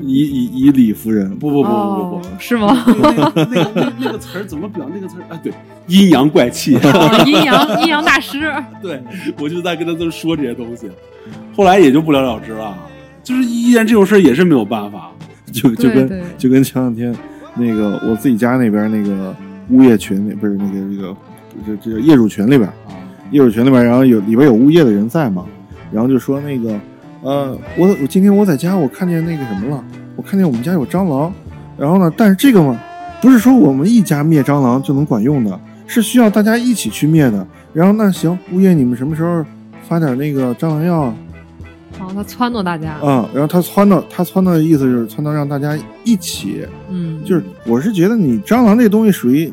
S1: 以以以理服人，
S3: 不不不不不
S2: 哦，是 吗？
S3: 不，那个那个那个词儿怎么表？那个词儿啊，对，阴阳 怪气，
S2: 哦阴阳阴阳大师，
S3: 对我就在跟他这么说这些东西，后来也就不了了之了，就是依然这种事儿也是没有办法，
S1: 就就
S2: 对对
S1: 跟就跟前两天那个我自己家那边那个物业群里不是那个那个这这业主群里边，
S3: 啊，
S1: 业主群里边，然后有里边有物业的人在嘛，然后就说那个，呃，我我今天我在家我看见那个什么了，我看见我们家有蟑螂，然后呢，但是这个嘛，不是说我们一家灭蟑螂就能管用的，是需要大家一起去灭的。然后那行，物业你们什么时候发点那个蟑螂药啊？
S2: 哦，他撺掇大家，
S1: 啊、然后他撺掇他撺掇的意思就是撺掇让大家一起
S2: 嗯，
S1: 就是我是觉得你蟑螂这东西属于，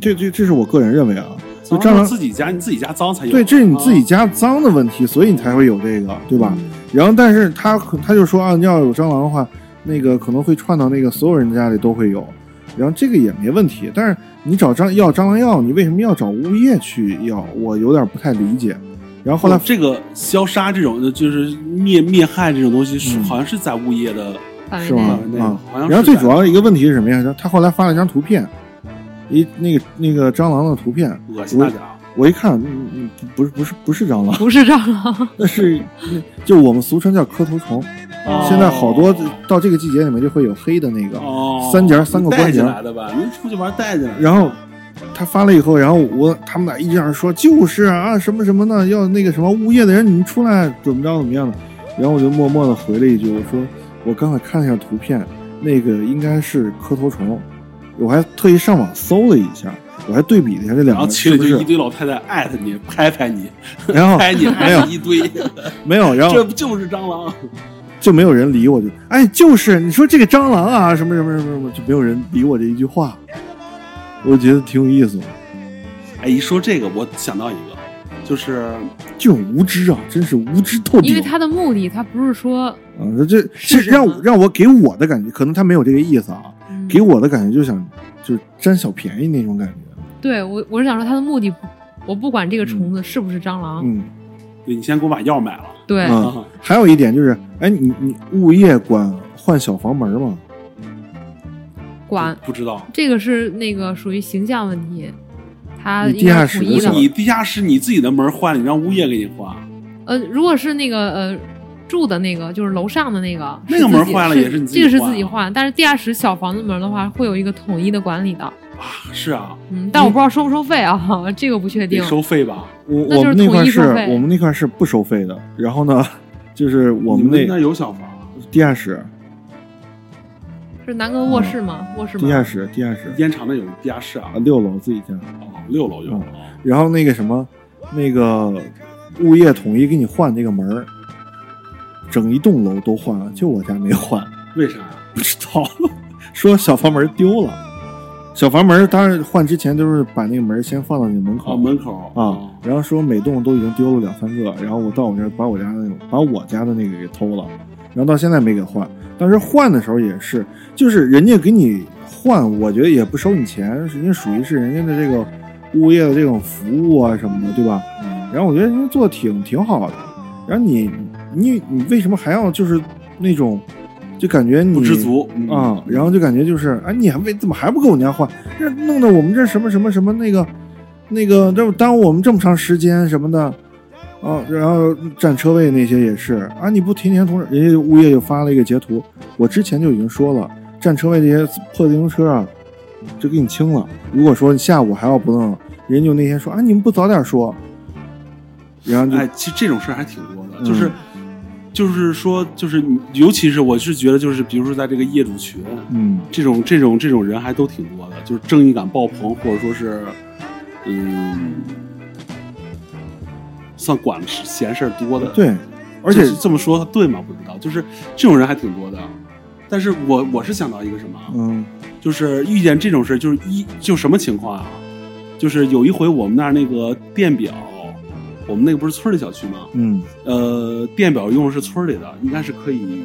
S1: 这这这是我个人认为啊，就蟑螂
S3: 自己家你自己家脏才有，
S1: 对，这是你自己
S3: 啊
S1: 家脏的问题，所以你才会有这个，对吧？
S2: 嗯？
S1: 然后，但是他可他就说啊，要有蟑螂的话，那个可能会串到那个所有人家里都会有，然后这个也没问题。但是你找蟑要蟑螂药，你为什么要找物业去要？我有点不太理解。然后后来
S3: 哦这个消杀这种的，就是灭灭害这种东西，是
S1: 嗯
S3: 好像是在物业的
S2: 范围
S1: 是
S2: 内
S1: 吗
S3: 范围内，
S1: 啊
S3: 嗯好像是
S1: 然后最主要
S3: 在
S1: 的一个问题是什么呀？他后来发了一张图片，一那个那个蟑螂的图片，
S3: 恶心大家。啊
S1: 我一看，嗯嗯，不是不是不是蟑螂，
S2: 不是蟑螂，
S1: 那是就我们俗称叫磕头虫。
S3: 哦
S1: 现在好多到这个季节里面就会有黑的那个，
S3: 哦，
S1: 三节三个
S3: 带
S1: 关节
S3: 进来的吧？您出去玩带进来的。
S1: 然后他发了以后，然后我他们俩一直在那说就是啊什么什么的，要那个什么物业的人你们出来怎么着怎么样的，然后我就默默的回了一句，我说我刚才看了一下图片，那个应该是磕头虫，我还特意上网搜了一下，我还对比了一下这
S3: 然
S1: 两
S3: 后
S1: 个
S3: 群
S1: 是不
S3: 里就是一，堆老太太艾特你，拍 拍你，
S1: 然后
S3: 拍你，
S1: 没
S3: 拍
S1: 有
S3: 你一堆，
S1: 没有，然
S3: 这
S1: 后
S3: 不就是蟑螂？
S1: 就没有人理我就，哎就是你说这个蟑螂啊什么什么什么什么，就没有人理我这一句话，我觉得挺有意思的，
S3: 哎，一说这个，我想到一个，就是
S1: 这种无知啊，真是无知透顶。
S2: 因为他的目的他不是说
S1: 啊，那这
S2: 是
S1: 这
S2: 什
S1: 让
S2: 么
S1: 我让我给我的感觉，可能他没有这个意思啊，
S2: 嗯
S1: 给我的感觉就想就是占小便宜那种感觉。
S2: 对我，我是想说他的目的不，我不管这个虫子是不是蟑螂，
S1: 嗯
S3: 对你先给我把药买了
S2: 对，
S1: 嗯
S3: 啊，
S1: 还有一点就是，哎，你你物业管换小房门嘛，
S2: 管
S3: 不知道。
S2: 这个是那个属于形象问题，它
S1: 你
S2: 应该
S1: 地下
S2: 是
S1: 室
S2: 统
S1: 不
S2: 一
S1: 是
S2: 的
S1: 吗。
S3: 你地下室你自己的门换了，你让物业给你换，
S2: 呃，如果是那个呃住的那个，就是楼上的那个，
S3: 那
S2: 是
S3: 个门
S2: 自己
S3: 换了也是你自己
S2: 这个是
S3: 换
S2: 自己
S3: 啊
S2: 换，但是地下室小房子门的话，会有一个统一的管理的。
S3: 是啊，
S2: 嗯，但我不知道收不收费啊， 这个不确
S3: 得
S2: 定。
S3: 收费吧？
S1: 我
S2: 那
S1: 我
S2: 就是
S1: 们那
S2: 统
S1: 块
S2: 一
S1: 是
S2: 收费
S1: 我们那块是不收费的，然后呢，就是我
S3: 你
S1: 们
S3: 那
S1: 那
S3: 有小房，
S1: 地下室、
S2: 是南哥卧室吗？卧室吗？
S1: 地下室、地下室
S3: 烟厂那有地下室啊
S1: 啊，，六楼自己家，
S3: 哦，六楼有啊。
S1: 然后那个什么，那个物业统一给你换那个门儿，整一栋楼都换了，就我家没换，
S3: 为啥？
S1: 不知道， 说小房门丢了。小房门当然换之前都是把那个门先放到你门口，
S3: 啊，门口
S1: 啊，然后说每栋都已经丢了两三个，然后我到我这儿把我家那个把我家的那个给偷了，然后到现在没给换。当时换的时候也是，就是人家给你换，我觉得也不收你钱，人家属于是人家的这个物业的这种服务啊什么的，对吧？
S3: 嗯
S1: 然后我觉得人家做的挺挺好的。然后你你你为什么还要就是那种，就感觉你
S3: 不知足
S1: 啊、然后就感觉就是，哎，你还为怎么还不跟我家换？这弄得我们这什么什么什么那个那个，这耽误我们这么长时间什么的。啊，然后占车位那些也是啊，你不提前通知，人家物业就发了一个截图，我之前就已经说了，占车位这些破自行车啊，就给你清了。如果说下午还要不弄，人家就那天说啊，你们不早点说，然后就、
S3: 哎，其实这种事儿还挺多的，
S1: 嗯
S3: 就是。就是说，就是你尤其是我是觉得，就是比如说在这个业主群，
S1: 嗯，
S3: 这种这种这种人还都挺多的，就是正义感爆棚，或者说是，嗯，算管闲事儿多的。，
S1: 对，而且
S3: 这么说他对吗？不知道，就是这种人还挺多的。但是我我是想到一个什么啊，
S1: 嗯
S3: 就是遇见这种事儿，就是一就什么情况啊？就是有一回我们那儿那个电表，我们那个不是村里小区吗？
S1: 嗯
S3: 呃，电表用的是村里的，应该是可以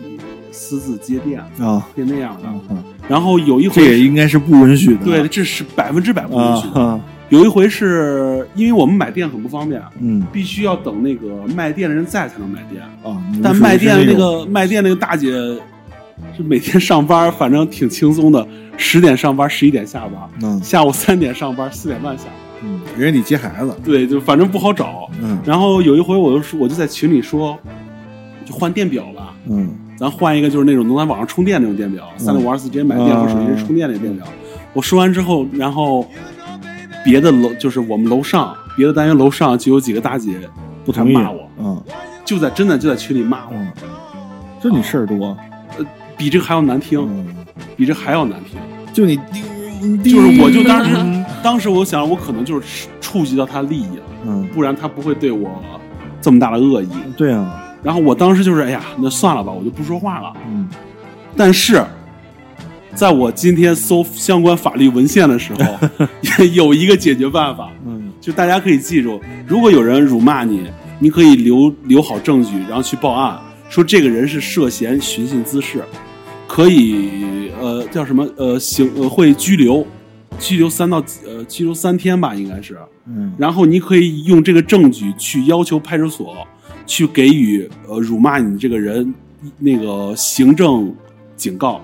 S3: 私自接电，
S1: 啊
S3: 可以那样的。
S1: 啊，
S3: 然后有一回
S1: 这也应该是不允许的，
S3: 对，这是百分之百不允许的。
S1: 啊，
S3: 有一回是因为我们买电很不方便，
S1: 嗯
S3: 必须要等那个卖电的人在才能买电。
S1: 啊，
S3: 但卖电的
S1: 的
S3: 那个卖电那个大姐是每天上班，反正挺轻松的，十点上班，十一点下班，
S1: 嗯
S3: 下午三点上班，四点半下班。
S1: 嗯，人家得接孩子，
S3: 对，就反正不好找。
S1: 嗯
S3: 然后有一回我就说，我就在群里说，就换电表吧，
S1: 嗯
S3: 咱换一个就是那种能在网上充电那种电表，三六五二四直接买电和手机充电那电表。我说完之后，然后别的楼就是我们楼上别的单元楼上就有几个大姐
S1: 不同意
S3: 还骂我，
S1: 嗯
S3: 就在真的就在群里骂我，
S1: 嗯，就你事儿多，
S3: 啊比这个还要难听，
S1: 嗯，
S3: 比这个还要难听。
S1: 就你
S3: 就是我就当时当时我想我可能就是触及到她利益了，
S1: 嗯，
S3: 不然她不会对我这么大的恶意。
S1: 对啊，
S3: 然后我当时就是哎呀，那算了吧，我就不说话了。
S1: 嗯
S3: 但是，在我今天搜相关法律文献的时候，也有一个解决办法，
S1: 嗯
S3: 就大家可以记住，如果有人辱骂你，你可以留留好证据，然后去报案，说这个人是涉嫌寻衅滋事，可以呃叫什么呃行呃会拘留，拘留三到呃拘留三天吧，应该是。
S1: 嗯
S3: 然后你可以用这个证据去要求派出所去给予呃辱骂你这个人那个行政警告。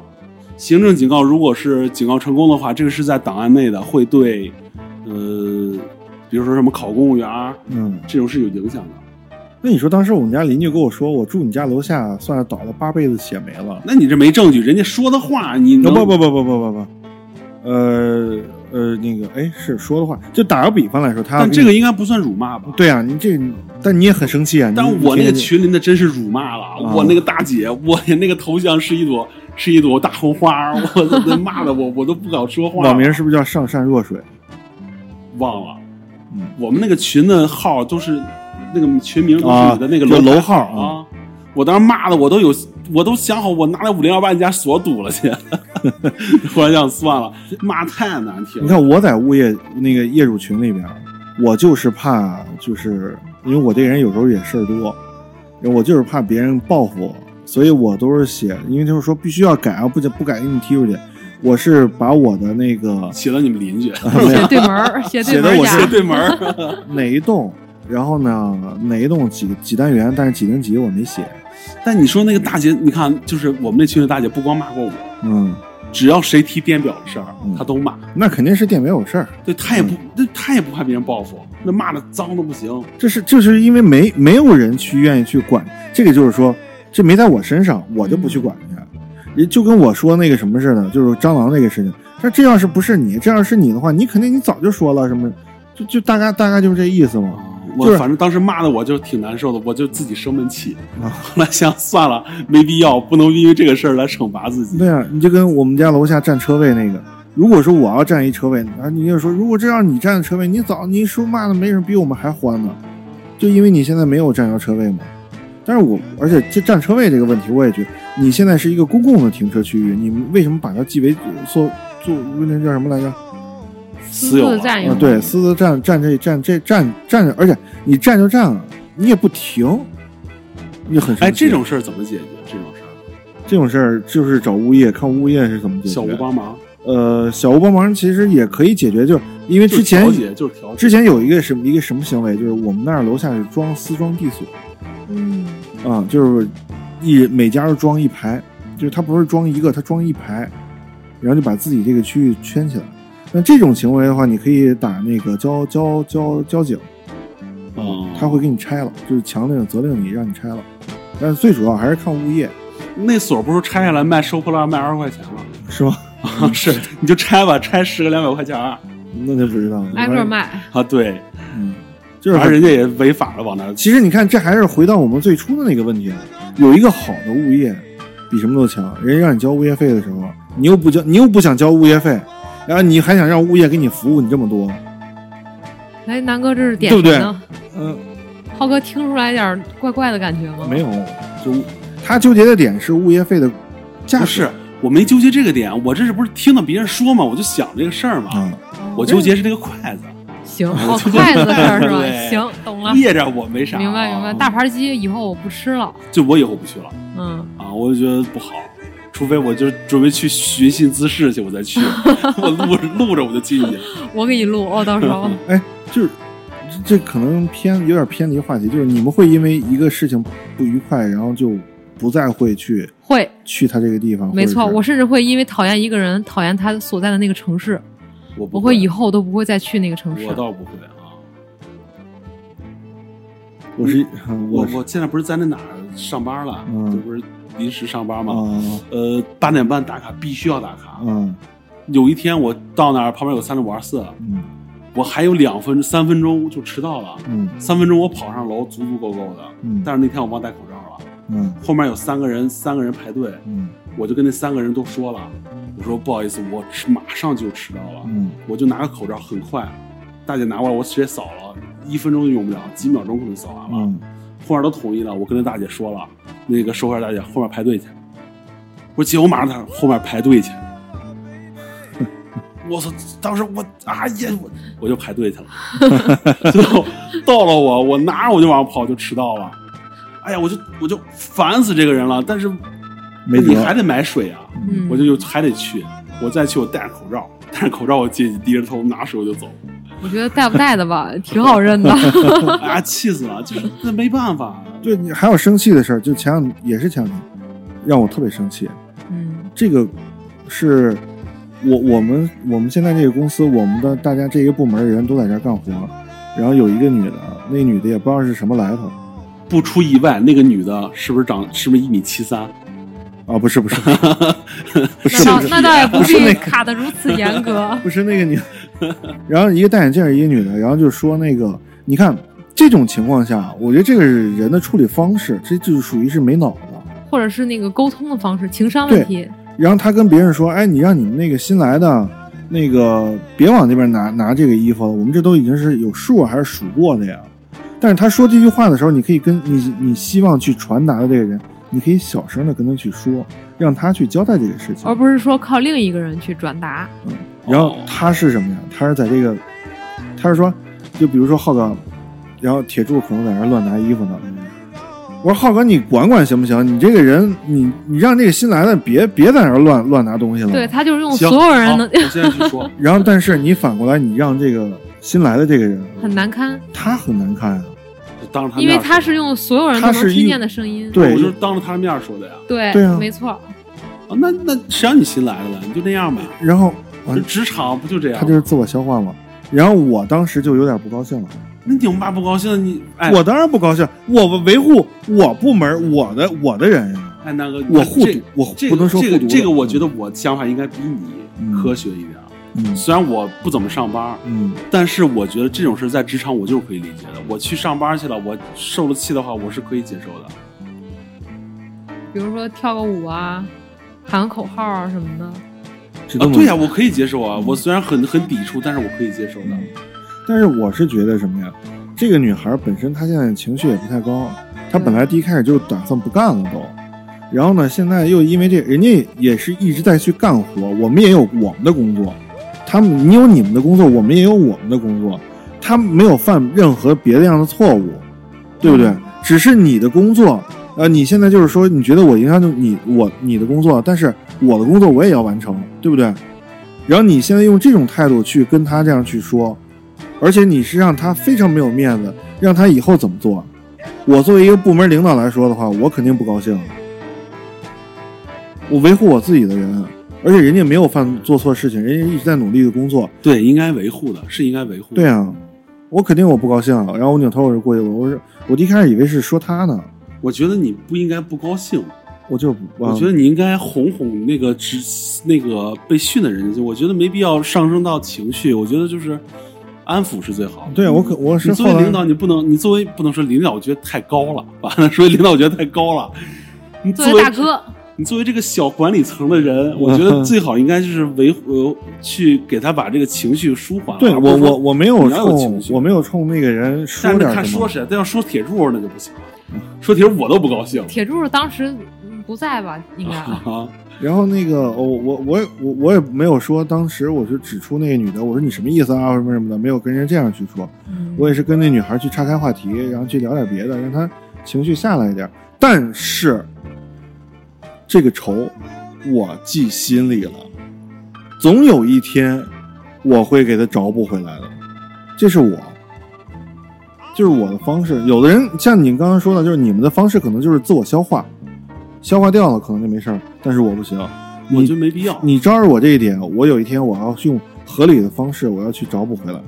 S3: 行政警告如果是警告成功的话，这个是在档案内的，会对呃，比如说什么考公务员儿
S1: 嗯，
S3: 这种是有影响的。
S1: 那你说当时我们家邻居跟我说，我住你家楼下，算是倒了八辈子血霉了，哦
S3: 那你这没证据，人家说的话你能
S1: 啊不不不不不不不，呃呃，那个哎，是说的话，就打个比方来说，他
S3: 但这个应该不算辱骂吧？。
S1: 对啊，你这但你也很生气啊，
S3: 但我那个群里那真是辱骂了，
S1: 啊
S3: 我那个大姐，我那个头像是一朵是一朵大红花儿，我那骂的我我都不敢说话了。
S1: 网名是不是叫上善若水？
S3: 忘了，
S1: 嗯
S3: 我们那个群的号都是那个群名都是
S1: 啊
S3: 你的那个
S1: 就
S3: 楼
S1: 楼号
S3: 啊。我当时骂的我都有，我都想好我拿那五零幺把你家锁堵了去。 我想算了，骂太难听。
S1: 你，看我在物业那个业主群里边，我就是怕，就是因为我这个人有时候也事儿多，我就是怕别人报复我，所以我都是写，因为他们说必须要改啊，不改不改给你踢出去。我是把我的那 个
S3: 写了你们邻居，
S2: 写对门儿，写对
S1: 写
S2: 门
S1: 的
S2: 儿
S1: 我
S2: 家
S3: 写对门儿。
S1: 哪一栋，然后呢哪一栋几几单元，但是几零几我没写，
S3: 但你说那个大姐，你看，就是我们那群的大姐，不光骂过我，
S1: 嗯，
S3: 只要谁提电表的事儿
S1: 嗯，
S3: 她都骂。
S4: 那肯定是店没有事儿。
S3: 对她也不，那她也不怕别人报复，那骂的脏的不行。
S1: 这是就是因为没没有人去愿意去管，这个就是说这没在我身上，我就不去管它。也就跟我说那个什么似的，就是蟑螂那个事情。但这要是不是你，这要是你的话，你肯定你早就说了什么，就就大概大概就是这意思嘛。
S3: 我
S1: 啊就是
S3: 反正当时骂的我就挺难受的，我就自己生闷气。
S1: 啊
S3: 后来想算了，没必要，不能因为这个事儿来惩罚自己。
S1: 对啊，你就跟我们家楼下占车位那个，如果说我要占一车位，啊，你就说如果这要是你占的车位，你早你说骂的没人比我们还欢呢，就因为你现在没有占着车位嘛。但是我而且这占车位这个问题，我也觉得你现在是一个公共的停车区域，你们为什么把它记为做做那叫什么来着？
S3: 私有
S2: 私自
S3: 化
S2: 占有
S1: 啊，对，私自占占这占这占占，而且你占就占了，你也不停，你就很生
S3: 哎，
S1: 气
S3: 这种事儿怎么解决？这种事儿，
S1: 这种事儿就是找物业，看物业是怎么解决。
S3: 小吴帮忙，
S1: 呃，小吴帮忙其实也可以解决，就是因为
S3: 就
S1: 之
S3: 是
S1: 前
S3: 调解就是调解。
S1: 之前有一个什么一个什么行为，就是我们那儿楼下是装私装地锁
S2: 嗯，
S1: 啊、就是一每家都装一排，就是他不是装一个，他装一排，然后就把自己这个区域圈起来。那这种行为的话，你可以打那个交交交交警，
S3: 嗯，
S1: 他会给你拆了，就是强令责令你让你拆了。但是最主要还是看物业，
S3: 那锁不是拆下来卖收破烂卖二十块钱吗？
S1: 是吧？
S3: 啊，是，你就拆吧，拆十个两百块钱啊。
S1: 那就不知道了。
S2: 挨个儿，卖，
S3: 啊，对，
S1: 嗯，就是
S3: 反
S1: 很
S3: 正人家也违法了，往那儿
S1: 其实你看，这还是回到我们最初的那个问题了。有一个好的物业，比什么都强。人家让你交物业费的时候，你又不交，你又不想交物业费，然后你还想让物业给你服务你这么多，
S2: 哎，南哥这是点
S1: 对不对
S2: 什么呢？
S1: 嗯、
S2: 浩哥听出来点儿怪怪的感觉吗？
S1: 没有，就他纠结的点是物业费的价格
S3: 不是，我没纠结这个点，我这是不是听到别人说嘛，我就想这个事儿嘛，
S1: 啊、
S2: 哦，
S3: 我纠结是这个筷子，
S2: 行，哦，筷子的事儿是吧？
S3: 对
S2: 行，懂了，
S3: 噎着我没啥
S2: 嗯
S3: 啊，
S2: 明白明白。大盘鸡以后我不吃了，
S3: 就我以后不去了
S2: 嗯，
S3: 啊，我就觉得不好，除非我就准备去寻衅滋事去，我再 去，我录着录着我就进去，
S2: 我给你录哦，到时 候
S1: 就是这这可能偏有点偏离话题，就是你们会因为一个事情不愉快，然后就不再会去
S2: 会。
S1: 去他这个地方。
S2: 没错，
S1: 或者
S2: 我
S1: 是
S2: 甚至会因为讨厌一个人，讨厌他所在的那个城市，
S3: 我
S2: 我
S3: 不
S2: 会以后都不会再去那个城市
S3: 我。倒不会啊，
S1: 我是啊
S3: 我
S1: 我是
S3: 我现在不是在那哪儿上班了，
S1: 嗯
S3: 这不是临时上班嘛，
S1: 啊
S3: 呃，八点半打卡必须要打卡，
S1: 嗯
S3: 有一天我到那儿旁边有三六五二四，
S1: 嗯
S3: 我还有两分三分钟就迟到了。
S1: 嗯
S3: 三分钟我跑上楼，足足够够的。
S1: 嗯
S3: 但是那天我忘戴口罩了，
S1: 嗯
S3: 后面有三个人，三个人排队，
S1: 嗯
S3: 我就跟那三个人都说了，我说不好意思，我迟马上就迟到了，
S1: 嗯。
S3: 我就拿个口罩，很快，大姐拿过来，我直接扫了，一分钟都用不了，几秒钟可能扫完了。
S1: 嗯
S3: 后面都同意了，我跟那大姐说了，那个售票大姐后面排队去。我说姐，我马上到后面排队去。 我操！当时我啊呀，我我就排队去了， 最后到了我，我哪我就往上跑，就迟到了。哎呀，我就我就烦死这个人了。但是
S1: 没辙
S3: 你还得买水啊，
S2: 嗯，
S3: 我就又还得去，我再去我戴着口罩，戴着口罩我进去低着头拿水我就走。
S2: 我觉得带不带的吧， 挺好 认的。
S3: 哎呀，气死了！就是那没办法，
S1: 对你还有生气的事儿，就前两也是前两天，让我特别生气。
S2: 嗯
S1: 这个是我我们我们现在这个公司，我们的大家这一个部门的人都在这儿干活，然后有一个女的，那女的也不知道是什么来头
S3: 不出意外，那个女的是不是长是不是一米七三？
S1: 啊，不是 不是不
S2: 那
S1: 是
S2: 倒
S1: 不是
S2: 那倒也不
S1: 不
S2: 至
S1: 是
S2: 于
S1: 那个
S2: 卡得如此
S1: 。
S2: 严格
S1: 不是那个女，然后一个戴眼镜儿一个女的，然后就说那个你看这种情况下，我觉得这个人的处理方式，这就是属于是没脑子。
S2: 或者是那个沟通的方式，情商问题，
S1: 然后他跟别人说：“哎，你让你们那个新来的，那个别往那边拿拿这个衣服了，我们这都已经是有数还是数过的呀。”但是他说这句话的时候，你可以跟你你希望去传达的这个人，你可以小声的跟他去说，让他去交代这个事情
S2: 而。不是说靠另一个人去转达。
S1: 然后他是什么呀？他是在这个，他是说，就比如说浩哥，然后铁柱可能在那儿乱拿衣服呢。我说浩哥，你管管行不行？你这个人，你你让这个新来的别别在那儿乱乱拿东西了。
S2: 对，他就是用
S3: 行
S2: 哦所有人能
S3: 好 我现在去说，
S1: 然后，但是你反过来，你让这个新来的这个人，
S2: 很难堪。
S1: 他很难看啊。
S3: 当着他面
S2: 因为
S3: 他
S2: 他是用所有人都
S1: 他
S2: 能
S1: 是一
S2: 听见的声音，
S1: 对
S3: 我就是当着他的面说的呀。
S2: 对
S1: 对啊
S2: 没错，
S3: 啊，那那谁让你新来的了？你就那样吧。
S1: 然后完
S3: 这职场不就这样
S1: 啊
S3: 吗？
S1: 他就是自我消化嘛。然后我当时就有点不高兴了，
S3: 那你们爸不高兴，你哎
S1: 我当然不高兴，我维护我部门我的我的人呀，
S3: 哎南哥，
S1: 我
S3: 这
S1: 护犊我
S3: 这
S1: 不能
S3: 个
S1: 说
S3: 这
S1: 护犊
S3: 个
S1: 子
S3: 这个，我觉得我想法应该比你
S1: 嗯
S3: 科学一点。
S1: 嗯
S3: 虽然我不怎么上班，
S1: 嗯
S3: 但是我觉得这种事在职场我就是可以理解的。我去上班去了，我受了气的话，我是可以接受的。
S2: 比如说跳个舞啊，喊个口号啊什么的，
S1: 只
S3: 啊
S1: 能，
S3: 对呀、我可以接受啊。我虽然很很抵触，但是我可以接受的。
S1: 但是我是觉得什么呀？这个女孩本身她现在情绪也不太高，啊她本来第一开始就打算不干了都，然后呢，现在又因为这，人家也是一直在去干活，我们也有我们的工作，他们你有你们的工作，我们也有我们的工作，他没有犯任何别的样的错误，对不对？只是你的工作，呃，你现在就是说你觉得我影响就你我你的工作，但是我的工作我也要完成，对不对？然后你现在用这种态度去跟他这样去说，而且你是让他非常没有面子，让他以后怎么做？我作为一个部门领导来说的话，我肯定不高兴。啊我维护我自己的人，啊而且人家没有犯做错事情，人家一直在努力的工作。
S3: 对，应该维护的，是应该维护的。
S1: 对啊，我肯定我不高兴。啊然后我扭头我就过去了，我说我一开始以为是说他呢，
S3: 我觉得你不应该不高兴，
S1: 我就
S3: 我觉得你应该哄哄那个职那个被训的人，我觉得没必要上升到情绪，我觉得就是安抚是最好的。
S1: 对啊我可我是
S3: 你作
S1: 后
S3: 为
S1: 来
S3: 领导，你不能，你作为不能说领导，我觉得太高了。完了，说领导，我觉得太高了。你作
S2: 作为大哥，
S3: 你作为这个小管理层的人，我觉得最好应该就是维护，呃去给他把这个情绪舒缓了。
S1: 对
S3: 而不
S1: 我
S3: 是说
S1: 我我没有
S3: 你要有情
S1: 冲
S3: 绪
S1: 我没有冲那个人说
S3: 但是
S1: 点
S3: 看
S1: 什
S3: 说
S1: 么，
S3: 谁，但要说铁柱那就不行了，说铁柱我都不高兴。
S2: 铁柱当时嗯不在吧？应该、
S3: 啊，
S1: 然后那个我我我也我我也没有说，当时我就指出那个女的，我说你什么意思啊什么什么的，没有跟人这样去说。
S2: 嗯
S1: 我也是跟那女孩去岔开话题，然后去聊点别的，让她情绪下来一点。但是这个仇我记心里了，总有一天我会给她找补回来的。这是我，就是我的方式。有的人像你们刚刚说的，就是你们的方式可能就是自我消化，消化掉了可能就没事儿，但是我不行。
S3: 我觉得没必要。
S1: 你招惹我这一点，我有一天我要用合理的方式，我要去找补回来。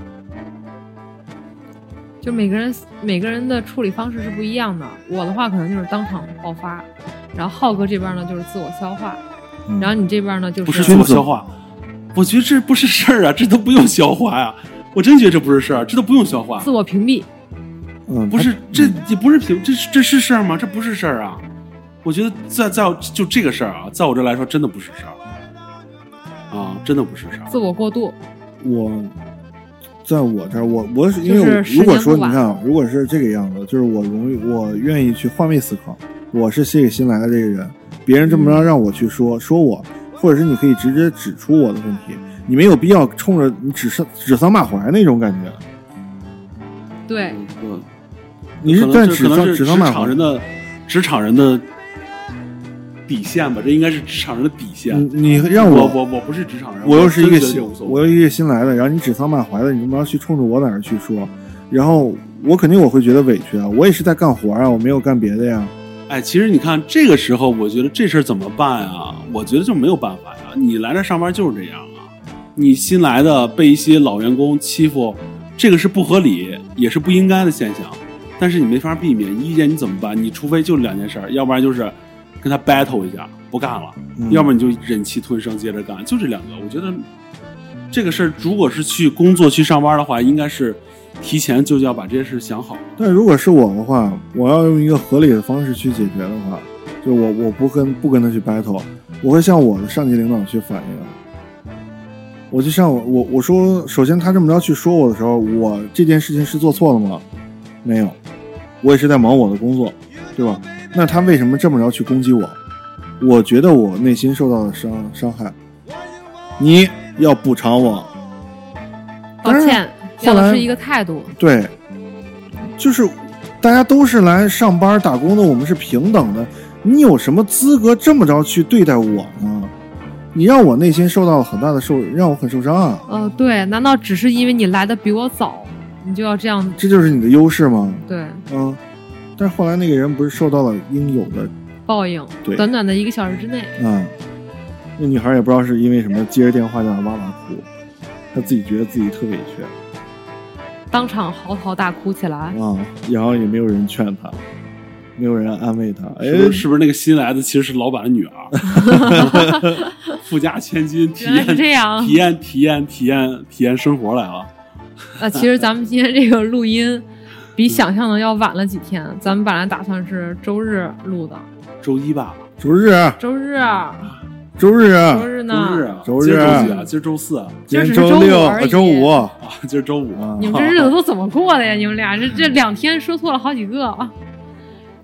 S2: 就每个人每个人的处理方式是不一样的。我的话可能就是当场爆发，然后浩哥这边呢就是自我消化，
S1: 嗯
S2: 然后你这边呢就是
S3: 不是自
S1: 君
S3: 我
S1: 子
S3: 消化，我觉得这不是事儿啊，这都不用消化呀、我真觉得这不是事儿，这都不用消化
S2: 自，我屏蔽。
S1: 嗯，
S3: 不
S1: 她
S3: 是这也不是平，这是这是事儿吗？这不是事儿啊！我觉得在在我就这个事儿啊，在我这来说真的不是事儿啊，真的不是事儿
S2: 自。我过度，
S1: 我在我这儿，我我是因
S2: 就
S1: 为
S2: 是
S1: 我
S2: 时
S1: 如果
S2: 间
S1: 说
S2: 不
S1: 你
S2: 晚
S1: 看啊，如果是这个样子，就是我容易，我愿意去换位思考，我是谢给新来的这个人，别人这
S2: 嗯
S1: 么着让我去说、说我，或者是你可以直接指出我的问题，你没有必要冲着你指桑指桑骂槐那种感觉，
S2: 对，
S3: 嗯，
S1: 你
S3: 可
S1: 是在
S3: 能这
S1: 指
S3: 可能
S1: 桑
S3: 是
S1: 指
S3: 职
S1: 桑骂槐
S3: 场人。的职场人的底线吧，这应该是职场人的底线。
S1: 你你让
S3: 我
S1: 嗯我
S3: 我不是职场人，
S1: 我又是一个
S3: 真觉得
S1: 新
S3: 这无，所谓
S1: 我又一个新来的，然后你指桑骂槐的，你他妈去冲着我哪儿去说？然后我肯定我会觉得委屈啊，我也是在干活啊，我没有干别的呀。
S3: 哎，其实你看这个时候，我觉得这事儿怎么办啊？我觉得就没有办法呀、你来这上班就是这样啊，你新来的被一些老员工欺负，这个是不合理，也是不应该的现象。但是你没法避免，意见你怎么办？你除非就两件事儿，要不然就是跟他 battle 一下，不干了；
S1: 嗯
S3: 要不然你就忍气吞声接着干，就这两个。我觉得这个事儿，如果是去工作去上班的话，应该是提前就要把这些事想好。
S1: 但如果是我的话，我要用一个合理的方式去解决的话，就我我不跟不跟他去 battle，我会向我的上级领导去反映。我就向我我我说，首先他这么着去说我的时候，我这件事情是做错了吗？没有，我也是在忙我的工作，对吧？那他为什么这么着去攻击我？我觉得我内心受到了伤伤害，你要补偿我，
S2: 抱
S1: 当然
S2: 歉，
S1: 后
S2: 要的
S1: 来
S2: 是一个态度。
S1: 对，就是大家都是来上班打工的，我们是平等的。你有什么资格这么着去对待我呢？你让我内心受到了很大的受，让我很受伤啊！
S2: 呃，对，难道只是因为你来的比我早，你就要这样
S1: 这就是你的优势吗？
S2: 对
S1: 嗯，但是后来那个人不是受到了应有的
S2: 报应
S1: 对。
S2: 短短的一个小时之内，
S1: 啊，那女孩也不知道是因为什么接着电话就让妈妈哭，她自己觉得自己特委屈
S2: 当场嚎啕大哭起来。
S1: 啊，然后也没有人劝她，没有人安慰她，哎
S3: 是，不是是不是那个新来的其实是老板的女 儿？富家千金， 体
S2: 原来是
S3: 验
S2: 这样
S3: 体验体验体验体验生活来了。
S2: 啊！其实咱们今天这个录音比想象的要晚了几天，咱们本来打算是周日录的，
S3: 周一吧，
S1: 周日，啊
S2: 周日，啊
S1: 周日，
S2: 周日呢？
S3: 周日啊，
S1: 周日
S3: 今儿周几啊？今儿周四啊，
S1: 今天
S2: 今儿只是
S1: 周
S2: 周
S1: 六，
S2: 五
S1: 啊
S2: 而已
S1: 周五啊，
S3: 啊今儿周五啊。
S2: 你们这日子都怎么过的呀？你们俩这这两天说错了好几个啊。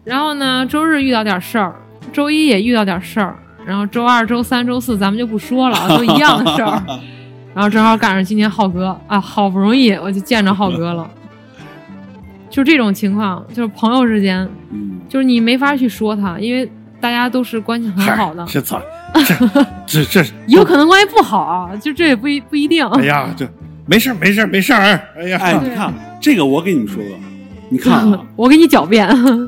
S2: 然后呢，周日遇到点事儿，周一也遇到点事儿，然后周二、周三、周四咱们就不说了，啊，都一样的事 儿。然后正好赶上今天浩哥啊，好不容易我就见着浩哥了。就这种情况，就是朋友之间，
S3: 嗯，
S2: 就是你没法去说他，因为大家都是关系很 好的
S1: 嗨，这操，这这这，
S2: 有可能关系不好啊，就这也不一不一定。
S1: 哎呀，这没事儿没事儿没事儿，哎呀，
S3: 哎，你看这个，我给你们说个，你 看啊，
S2: 我给你狡辩，
S3: 呃，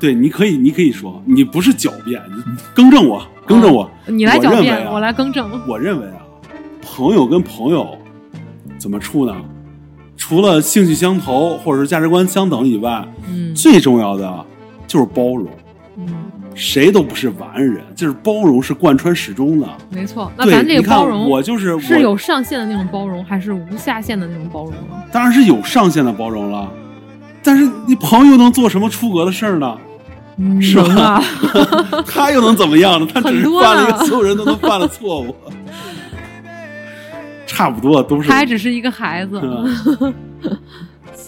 S3: 对，你可以，你可以说，你不是狡辩，你更正
S2: 啊
S3: 我，更正我，
S2: 你来狡
S3: 我认为
S2: 辩，
S3: 啊
S2: 我来更正。
S3: 我认为啊，朋友跟朋友怎么处呢？除了兴趣相投或者是价值观相等以外，
S2: 嗯
S3: 最重要的就是包容。
S2: 嗯。
S3: 谁都不是完人，就是包容是贯穿始终的。
S2: 没错，那
S3: 对，
S2: 咱
S3: 你
S2: 这个
S3: 看，
S2: 包容
S3: 我就是
S2: 是
S3: 我
S2: 有上限的那种包容，还是无下限的那种包容啊？
S3: 当然是有上限的包容了。但是你朋友能做什么出格的事儿呢？
S2: 嗯
S3: 是吧
S2: 能啊，
S3: 他又能怎么样呢？他只
S2: 很
S3: 是
S2: 多
S3: 犯了一个
S2: 了
S3: 所有人都能犯的错误，差不多都是
S2: 他。还只是一个孩子，
S3: 嗯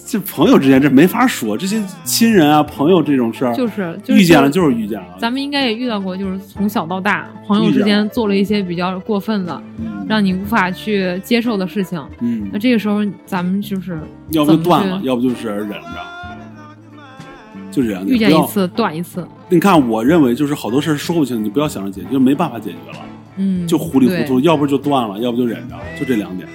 S3: 这朋友之间这没法说，这些亲人啊、朋友这种事儿，
S2: 就是就是
S3: 遇见了就是遇见了。
S2: 咱们应该也遇到过，就是从小到大，朋友之
S3: 遇见
S2: 间做了一些比较过分的，
S3: 嗯
S2: 让你无法去接受的事情。
S3: 嗯
S2: 那，这个时候，咱们就是
S3: 要不
S2: 怎
S3: 就
S2: 么
S3: 断
S2: 去
S3: 了，要不就是忍着，就忍着。
S2: 遇见
S3: 不
S2: 一
S3: 要
S2: 次断一次，
S3: 你看，我认为就是好多事儿说不清，你不要想着解决，就没办法解决了，
S2: 嗯，
S3: 就糊里糊
S2: 对
S3: 涂，。要不就断了，要不就忍着，就这两点。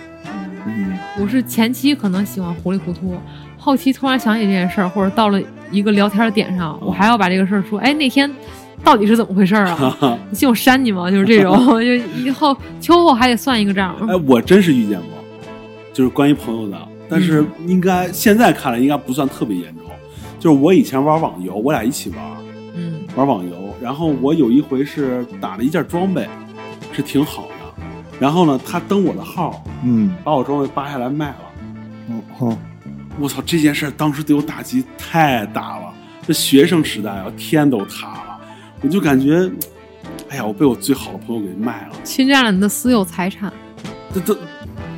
S3: 嗯，
S2: 我是前期可能喜欢糊里糊涂，后期突然想起这件事儿，或者到了一个聊天的点上，我还要把这个事儿说，哎，那天到底是怎么回事儿啊？你信我删你吗？就是这 种，就以后秋后还得算一个账。
S3: 哎，我真是遇见过，就是关于朋友的，但是应该、现在看来应该不算特别严重。就是我以前玩网游，我俩一起玩
S2: 嗯
S3: 玩网游，然后我有一回是打了一件装备，是挺好的，然后呢，他登我的号，
S1: 嗯，
S3: 把我装备扒下来卖了。
S1: 哦好，
S3: 我操，这件事儿当时对我打击太大了。这学生时代啊，天都塌了，我就感觉，哎呀，我被我最好的朋友给卖了。
S2: 侵占了你的私有财产，
S3: 这都，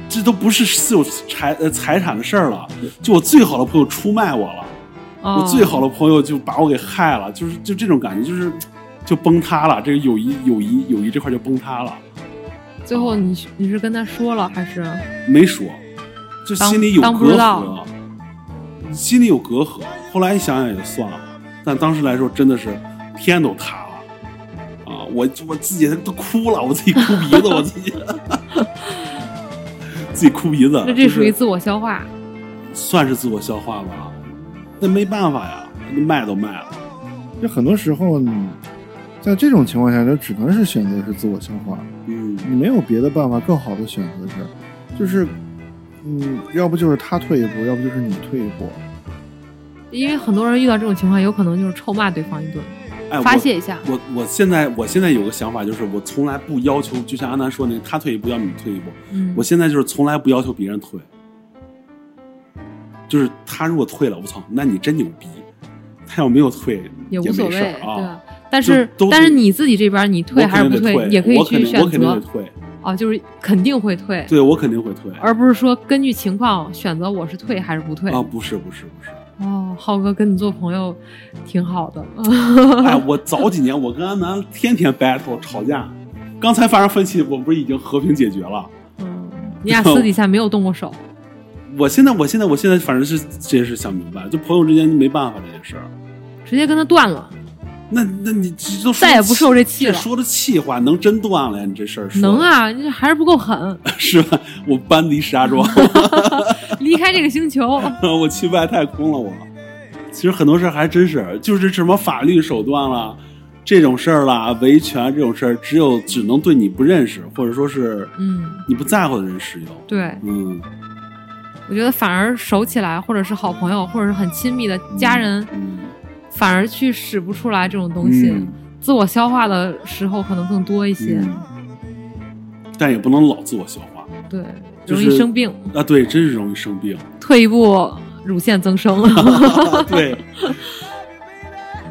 S3: 这都不是私有财呃财产的事儿了，就我最好的朋友出卖我了，
S2: 哦、
S3: 我最好的朋友就把我给害了，就是就这种感觉，就是就崩塌了，这个友谊友谊友谊这块就崩塌了。
S2: 最后你是你是跟他说了还
S3: 啊
S2: 是？
S3: 没说，就心里有
S2: 当当不
S3: 隔
S2: 知
S3: 阂
S2: 道，
S3: 心里有隔阂。后来一想想也就算了，但当时来说真的是天都塌了啊！我我自己都哭了，我自己哭鼻子，我自己 自己哭鼻子，
S2: 那
S3: 就
S2: 这
S3: 是
S2: 属于自我消化，
S3: 算是自我消化吧。那没办法呀，卖都卖了，
S1: 就很多时候你在这种情况下，就只能是选择是自我消化，
S3: 嗯
S1: 你没有别的办法更好的选择是，就是，嗯，要不就是他退一步，要不就是你退一步。
S2: 因为很多人遇到这种情况，有可能就是臭骂对方一顿，
S3: 哎，
S2: 发
S3: 我
S2: 泄一下。
S3: 我我现在我现在有个想法，就是我从来不要求，就像阿南说那个，他退一步要你退一步，
S2: 嗯
S3: 我，现在就是从来不要求别人退，就是他如果退了，我操，那你真牛逼；他要没有退，
S2: 也
S3: 也
S2: 无所
S3: 没
S2: 谓，
S3: 事儿
S2: 对
S3: 啊
S2: 吧。？但是
S3: 都
S2: 但是你自己这边你退
S3: 我
S2: 还是
S3: 肯
S2: 不
S3: 定得退，
S2: 也可以
S3: 我肯
S2: 去
S3: 定
S2: 选
S3: 我肯定
S2: 择
S3: 得退，
S2: 啊，就是肯定会退，
S3: 对我肯定会退。
S2: 而不是说根据情况选择我是退还是不退。
S3: 啊，不是不是不是，
S2: 哦，浩哥跟你做朋友挺好的，
S3: 哎，我早几年我跟安南天天 battle 吵架，刚才发生分歧，我不是已经和平解决了？
S2: 嗯，你俩私底下没有动过手，
S3: 我现在我现在我现在反正是这也是想明白，就朋友之间没办法这件事儿。
S2: 直接跟他断了，
S3: 那那你这都说
S2: 再也不受这气了
S3: 说的气话能真断了呀？你这事儿说
S2: 能
S3: 的
S2: 啊，你这还是不够狠。
S3: 是吧？我搬离石家庄，
S2: 离开这个星球。
S3: 我去外太空了我。其实很多事儿还真是，就是什么法律手段啦，这种事儿啦，维权这种事儿，只有只能对你不认识或者说是
S2: 嗯，
S3: 你不在乎的人使用。
S2: 对，
S3: 嗯，
S2: 我觉得反而熟起来，或者是好朋友，或者是很亲密的家人，
S3: 嗯，
S2: 反而去使不出来这种东西，
S3: 嗯，
S2: 自我消化的时候可能更多一些。
S3: 嗯但也不能老自我消化
S2: 对，
S3: 就
S2: 容
S3: 是
S2: 易生病，
S3: 啊，对，真是容易生病。啊
S2: 退一步乳腺增 生。
S3: 对，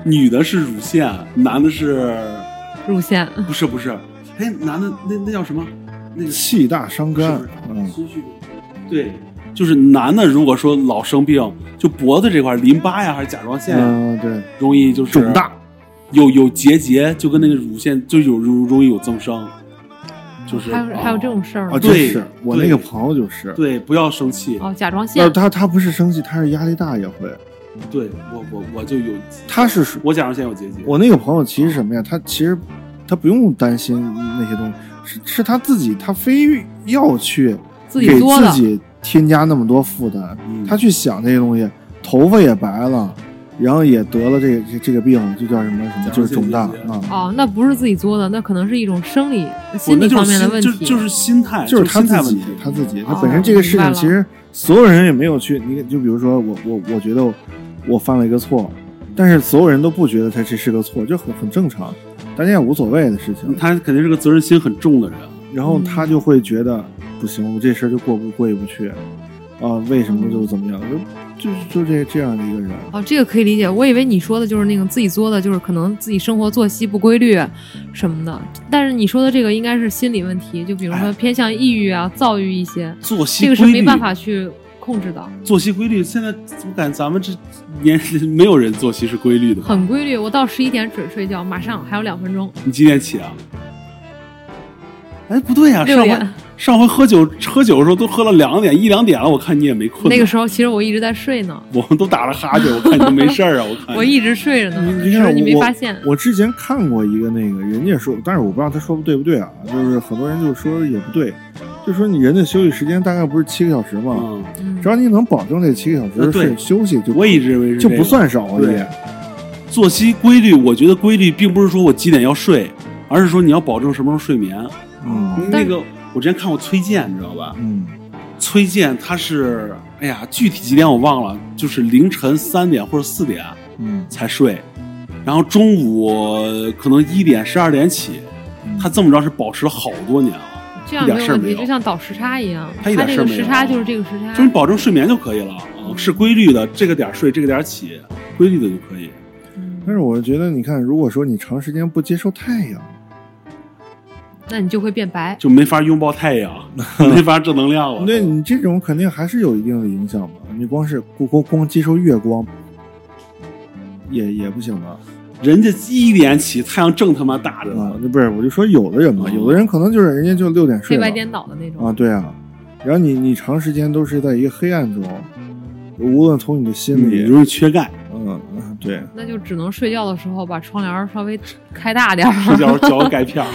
S3: 女的是乳腺，男的是
S2: 乳腺
S3: 不是不是？哎，男的那那叫什么？那个
S1: 气大伤肝
S3: 是，不是
S1: 嗯，
S3: 心虚对，就是男的如果说老生病，就脖子这块儿淋巴呀还是甲状腺呀，
S1: 嗯，对，
S3: 容易就是
S1: 肿大，
S3: 有有结节，就跟那个乳腺就有容容易有增生，就是
S2: 还有还有这种事儿
S1: 啊，
S2: 吗？
S1: 就
S3: 对
S1: 是我
S3: 对
S1: 那个朋友就是，
S3: 对，不要生气。
S2: 哦，甲
S1: 但
S2: 状
S1: 是
S2: 腺。
S1: 他他不是生气，他是压力大也会，
S3: 对我我我就有，
S1: 他是属
S3: 我甲状腺有结节，
S1: 我那个朋友其实什么呀？他其实他不用担心那些东西，是是他自己，他非要去
S2: 自己
S1: 给
S2: 作的
S1: 自己添加那么多负担，
S3: 嗯
S1: 他去想这些东西，头发也白了，然后也得了这个这这个病，就叫什么什么，
S3: 甲状腺
S1: 就是肿大
S3: 结节
S1: 啊。
S2: 哦，那不是自己作的，那可能是一种生理、
S3: 我
S2: 心
S3: 那
S2: 理
S3: 就
S2: 方
S3: 是
S2: 面的
S3: 心
S2: 问
S3: 就
S2: 题。
S3: 就是心态，
S1: 就是他
S3: 啊心态
S1: 自
S3: 问
S1: 己
S3: 题，，
S1: 他自己，他
S2: 哦
S1: 本身这个事
S2: 明白
S1: 情其
S2: 了
S1: 实所有人也没有去，你就比如说我我我觉得我犯了一个错，但是所有人都不觉得他这是个错，就很很正常，大家也无所谓的事情。
S3: 嗯他肯定是个责任心很重的人。
S1: 然后
S3: 嗯
S1: 他就会觉得不行，我这事儿就过不过意不去，啊、为什么就怎么样？
S3: 嗯
S1: 就就就这这样的一个人，
S2: 哦，这个可以理解。我以为你说的就是那种自己作的，就是可能自己生活作息不规律什么的。但是你说的这个应该是心理问题，就比如
S3: 哎
S2: 说偏向抑郁啊、躁郁一些，
S3: 作息
S2: 这个是
S3: 规律
S2: 没办法去控制的。
S3: 作息规律，现在我感觉咱们这年 没有人作息是规律的吧。
S2: 很规律，我到十一点准睡觉，马上还有两分钟，
S3: 你几点起啊？哎，不对呀、
S2: 六
S3: 上回
S2: 点
S3: 上回喝酒喝酒的时候都喝了两点一两点了，我看你也没困呢。
S2: 那个时候其实我一直在睡呢，
S3: 我们都打了哈欠， 我看你都没事儿啊，我看
S2: 我一直睡着呢，
S1: 你
S2: 只
S1: 你
S2: 是
S1: 看
S2: 你
S1: 我
S2: 没发现。
S1: 我之前看过一个那个人家说，但是我不知道他说不对不对啊，就是很多人就说也不对，就说你人的休息时间大概不是七个小时嘛，
S3: 嗯，
S2: 嗯
S1: 只要你能保证这七个小
S3: 呃
S1: 时
S3: 对
S1: 是休息就
S3: 我一直认为是
S1: 就
S3: 这
S1: 不
S3: 个
S1: 算啊是熬
S3: 对
S1: 夜，
S3: 作息规律。我觉得规律并不是说我几点要睡，而是说你要保证什么时候睡眠。
S1: 嗯
S3: 那个我之前看过崔健，你知道吧？
S1: 嗯
S3: 崔健他是哎呀，具体几点我忘了，就是凌晨三点或者四点
S1: 嗯，
S3: 才睡，然后中午呃可能一点十二点起，
S1: 嗯
S3: 他这么着是保持了好多年了，
S2: 这样
S3: 一点
S2: 没有
S3: 事儿
S2: 问
S3: 没
S2: 题，
S3: 有
S2: 就像倒时差一样，
S3: 他
S2: 它
S3: 一点
S2: 这
S3: 事儿
S2: 个
S3: 没有
S2: 时差就是这个时差，
S3: 就是你保证睡眠就可以了啊，是规律的，这个点儿睡，这个点儿起，规律的就可以。
S2: 嗯
S1: 但是我觉得你看，如果说你长时间不接受太阳，
S2: 那你就会变白。
S3: 就没法拥抱太阳， 没法正能量了。
S1: 对你这种肯定还是有一定的影响嘛。你光是光光光接受月光，也也不行吧？
S3: 人家一点起，太阳正他妈大着
S1: 啊
S3: 呢。，
S1: 那不是，我就说有的人嘛，
S3: 嗯
S1: 有的人可能就是人家就六点睡
S2: 黑
S1: 了
S2: 白颠倒的那种
S1: 啊，对啊。然后你你长时间都是在一个黑暗中，无论从你的心
S3: 你
S1: 里，
S3: 容易缺 钙，
S1: 嗯，嗯对，
S2: 那就只能睡觉的时候把窗帘儿稍微开大点
S3: 睡
S2: 儿，
S3: 觉嚼钙片儿，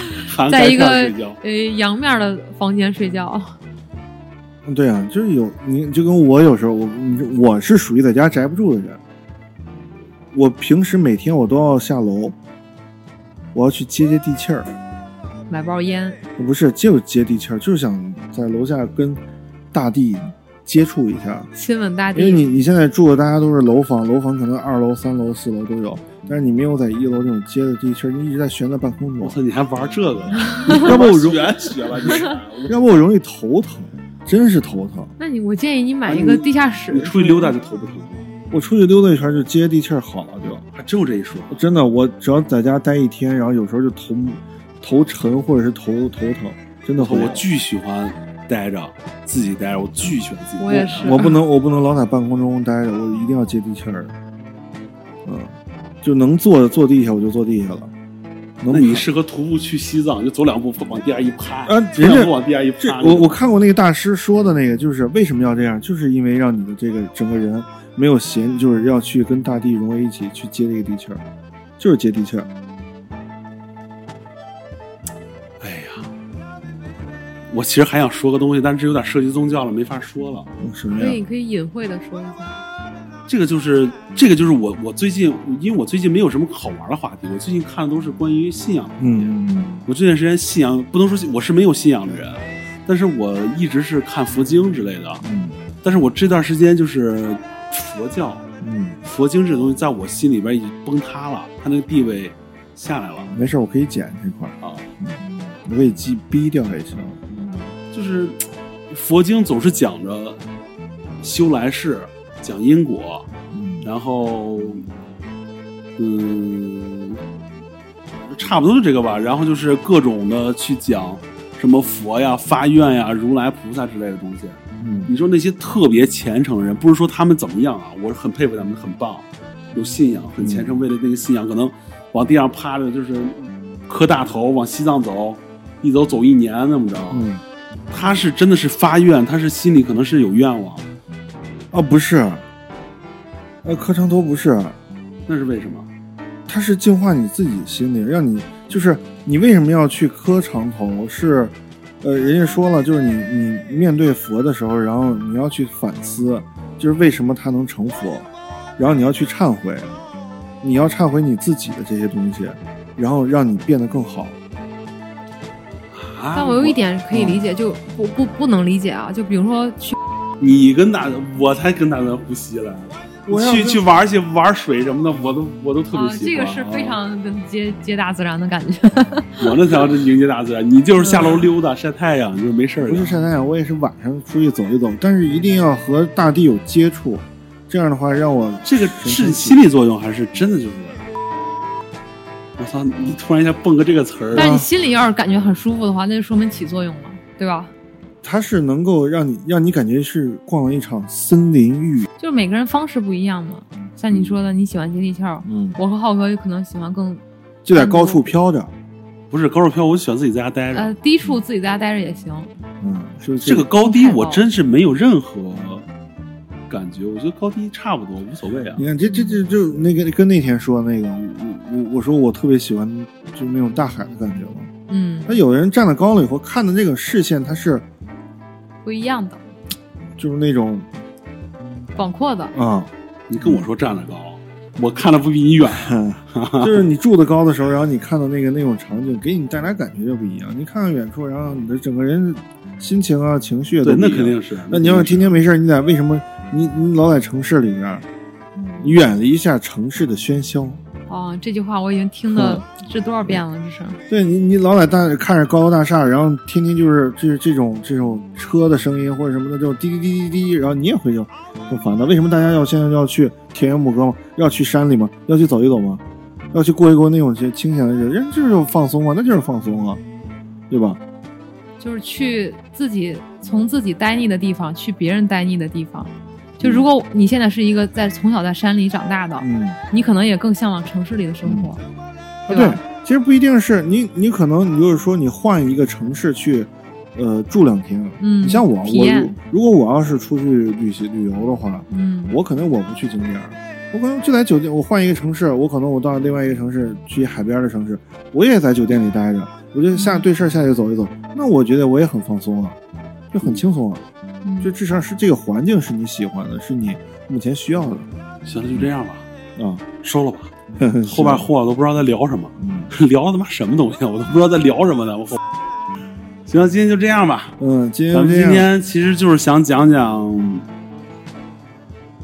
S3: 含
S2: 在
S3: 钙
S2: 一
S3: 片
S2: 个
S3: 儿睡觉。
S2: 呃阳面儿的房间睡觉。
S1: 嗯对啊，就是有你就跟我有时候我你我是属于在家宅不住的人，我平时每天我都要下楼，我要去接接地气儿。
S2: 买包烟，
S1: 不是，就是接地气儿，就是想在楼下跟大地接触一下。
S2: 亲吻大
S1: 因
S3: 哎
S1: 为
S2: 地，
S1: 你你现在住的大家都是楼房，楼房可能二楼、三楼、四楼都
S3: 嗯
S1: 有，但是你没有在一楼这种接的地气儿，你一直在悬在半空
S3: 我
S1: 中，
S3: 操，你还玩这个？
S1: 要不我容
S3: 玄学了，你
S1: 要不我容易头疼，真是头疼。
S2: 那你我建议你买一个地下室，
S3: 哎你出去溜达就头不疼吗？
S1: 我出去溜达一圈就接地气儿好了就，
S3: 还啊真有这一说。
S1: 真的，我只要在家待一天，然后有时候就头头沉或者是头头疼，真的
S3: 我操
S1: 会
S3: 我巨喜欢待着，自己待着，我巨喜欢自己待着。
S2: 我也是
S1: 我不能，我不能老在半空中待着，我一定要接地气儿。嗯，就能坐坐地下我就坐地下了。能
S3: 那你
S1: 爬
S3: 适合徒步去西藏，就走两步往地下一趴，
S1: 啊
S3: 走两
S1: 人
S3: 步
S1: 家
S3: 往地下一
S1: 这
S3: 趴。
S1: 我我看过那个大师说的那个，就是为什么要这样，就是因为让你的这个整个人没有闲，就是要去跟大地融为一体，去接这个地气儿，就是接地气儿。
S3: 哎呀，我其实还想说个东西，但是这有点涉及宗教了，没法说了。
S1: 嗯什么
S2: 所以
S1: 呀？
S2: 你可以隐晦的说一下。
S3: 这个就是这个就是我我最近，因为我最近没有什么好玩的话题，我最近看的都是关于信仰的
S1: 嗯，
S2: 嗯，
S3: 我这段时间信仰不能说信我是没有信仰的人，但是我一直是看佛经之类的。
S1: 嗯
S3: 但是我这段时间就是佛教、
S1: 嗯，
S3: 佛经这东西，在我心里边已经崩塌了，它那个地位下来了
S1: 没事儿，我可以剪这块儿，
S3: 啊。
S1: 我可以记逼掉也行。
S3: 就是嘖佛经总是讲着修来世，讲因果，
S1: 嗯
S3: 然后嗯，差不多就这个吧。然后就是各种的去讲什么佛呀、发愿呀、如来菩萨之类的东西。
S1: 嗯
S3: 你说那些特别虔诚的人，不是说他们怎么样啊，我很佩服他们，很棒，有信仰，很虔诚，为了那个信仰，可能往地上趴着就是磕大头，往西藏走，一走走一年那么着。
S1: 嗯，
S3: 他是真的是发愿，他是心里可能是有愿望，
S1: 啊不是，呃，磕长头不是，
S3: 那是为什么？
S1: 它是净化你自己心灵，让你就是你为什么要去磕长头？是，呃，人家说了，就是你你面对佛的时候，然后你要去反思，就是为什么他能成佛，然后你要去忏悔，你要忏悔你自己的这些东西，然后让你变得更好。
S3: 啊
S2: 但我有一，点可以理解，就不不不能理解啊，就比如说去，
S3: 你跟大，我才跟大家呼吸了。
S1: 我要
S3: 去
S1: 跟
S3: 去玩去玩水什么的，我都我都特别
S2: 啊，
S3: 喜
S2: 这
S3: 欢、
S2: 个是非常的接接大自然的感觉。
S3: 我那才叫迎接大自然，你就是下楼溜达晒太阳，你就没事儿
S1: 不
S3: 干。
S1: 是晒太阳，我也是晚上出去走一走，但是一定要和大地有接触，这样的话让我
S3: 这个是心理作用还是真的就是？我操！你突然一下蹦个这个词
S2: 但是你
S3: 儿，啊
S2: 心里要是感觉很舒服的话，那就说明起作用了，对吧？
S1: 它是能够让你让你感觉是逛了一场森林浴。
S2: 就是每个人方式不一样嘛。像你说的，你喜欢接地气儿，
S1: 嗯，
S2: 我和浩哥有可能喜欢更
S1: 就在高处飘着。
S3: 不是高手飘，我喜欢自己在家待着。
S2: 呃低处自己在家待着也行。
S1: 嗯，就是
S3: 这个高低我真是没有任何感觉，我觉得高低差不多，无所谓啊
S1: 你。看这这这就那个跟那天说那个，我我我说我特别喜欢就是那种大海的感觉嘛。
S2: 嗯
S1: 那，有的人站得高了以后，看的那个视线它是
S2: 不一样的，
S1: 就是那种
S2: 广阔的。
S1: 啊，
S3: 你跟我说站得高，我看的不比你远。
S1: 就是你住得高的时候，然后你看到那个那种场景，给你带来感觉就不一样。你看看远处，然后你的整个人心情啊、情绪啊都
S3: 对，
S1: 不一
S3: 那
S1: 样
S3: 肯。定是。
S1: 那你要是天天没事儿，你在为什么你你老在城市里边儿，
S3: 嗯
S1: 你远离一下城市的喧嚣？
S2: 哦，这句话我已经听的这多少遍了？这是
S1: 对你，你老在大看着高楼大厦，然后天天就是这这种这种车的声音或者什么的，这种滴滴滴滴滴，然后你也会就很烦的。为什么大家要现在要去田园牧歌吗？要去山里吗？要去走一走吗？要去过一过那种些清闲的日子？人就是放松啊，那就是放松啊，对吧？
S2: 就是去自己从自己待腻的地方去别人待腻的地方。就如果你现在是一个在从小在山里长大的，
S1: 嗯，
S2: 你可能也更向往城市里的生活，
S1: 啊
S2: 对
S1: 对
S2: 吧？，
S1: 其实不一定是你，你可能你就是说你换一个城市去，呃，住两天。
S2: 嗯，
S1: 你像我，
S2: 体
S1: 我如
S2: 验，
S1: 如果我要是出去旅行旅游的话，
S2: 嗯，
S1: 我可能我不去景点儿，我可能就在酒店，我换一个城市，我可能我到另外一个城市，去海边的城市，我也在酒店里待着，我就下对事儿下去走一走，那我觉得我也很放松啊，就很轻松啊，
S2: 嗯
S1: 就至少是这个环境是你喜欢的，是你目前需要的
S3: 行了，就这样吧，
S1: 啊。
S3: 收了吧。后边货我都不知道在聊什么，
S1: 嗯
S3: 聊他妈什么东西，我都不知道在聊什么呢。我后行，今天就这样吧。
S1: 嗯，今天
S3: 咱
S1: 就
S3: 们今
S1: 这样，
S3: 天其实就是想讲讲，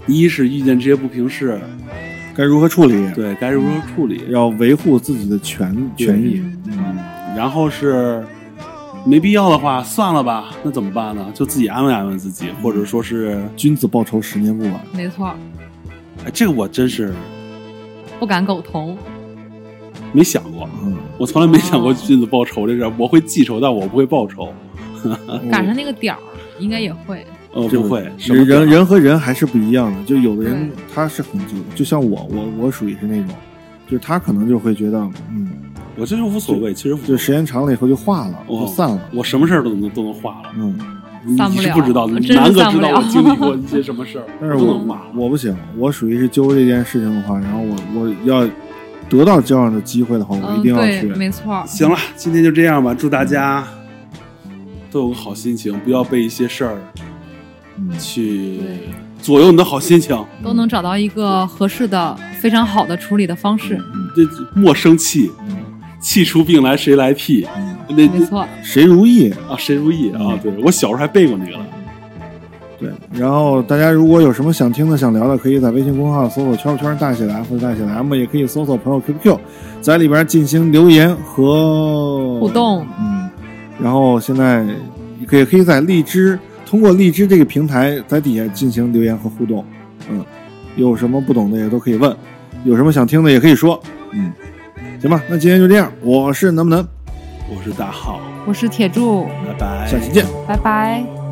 S3: 一是遇见这些不平事，
S1: 嗯该如何处理？
S3: 对该如何处理，
S1: 要维护自己的权
S3: 对
S1: 权益。
S3: 嗯，然后是没必要的话，算了吧，那怎么办呢？就自己安慰安慰自己，或者说是，
S1: 君子报仇，十年不晚。
S2: 没错，
S3: 哎，这个我真是
S2: 不敢苟同。
S3: 没想过，
S1: 嗯，
S3: 我从来没想过
S2: 哦
S3: 君子报仇这事儿，我会记仇，但我不会报仇，
S2: 赶上那个点儿，应该也会。
S3: 呃，
S1: 这
S3: 不会，什么
S1: 人人
S3: 梗
S1: 人和人还是不一样的，就有的人
S2: 对
S1: 他是很纠，就像我，我我属于是那种，就是他可能就会觉得，嗯，
S3: 我这就无所谓，其实
S1: 就时间长了以后就化了，
S3: 哦
S1: 就散了，
S3: 我什么事儿都能都能化了，
S1: 嗯，
S3: 你
S2: 散不
S3: 是
S2: 了
S3: 不知道的，
S2: 真是
S3: 南哥
S2: 散
S3: 知
S2: 不
S3: 道
S2: 了
S3: 我经历过一些什么事儿，
S1: 但是
S3: 都
S1: 我
S3: 能化了。
S1: 我不行，我属于是揪着这件事情的话，然后我我要得到这样的机会的话，我
S2: 嗯，
S1: 一定要
S2: 对，
S1: 去，
S2: 没错。
S3: 行了，今天就这样吧，祝大家都有个好心情，不要被一些事儿
S1: 嗯，
S3: 去
S2: 对
S3: 左右你的好心情。
S2: 都能找到一个合适的、非常好的处理的方式。
S3: 这莫生气，
S1: 嗯
S3: 气出病来谁来替？
S1: 嗯，
S3: 那
S2: 没错，
S1: 谁如意？
S3: 啊，谁如意啊
S1: 嗯？
S3: 对我小时候还背过那个了。
S1: 对，然后大家如果有什么想听的、想聊的，可以在微信公众号搜索“圈儿圈儿大写的 F 大写的 M”，也可以搜索朋友 QQ，在里边进行留言和
S2: 互。动
S1: 嗯，然后现在也可以可以在荔枝通过荔枝这个平台在底下进行留言和互动。嗯，有什么不懂的也都可以问，有什么想听的也可以说。嗯，行吧，那今天就这样，我是能不能，
S3: 我是大浩，
S2: 我是铁柱，
S3: 拜拜，
S1: 下期见。
S2: 拜拜。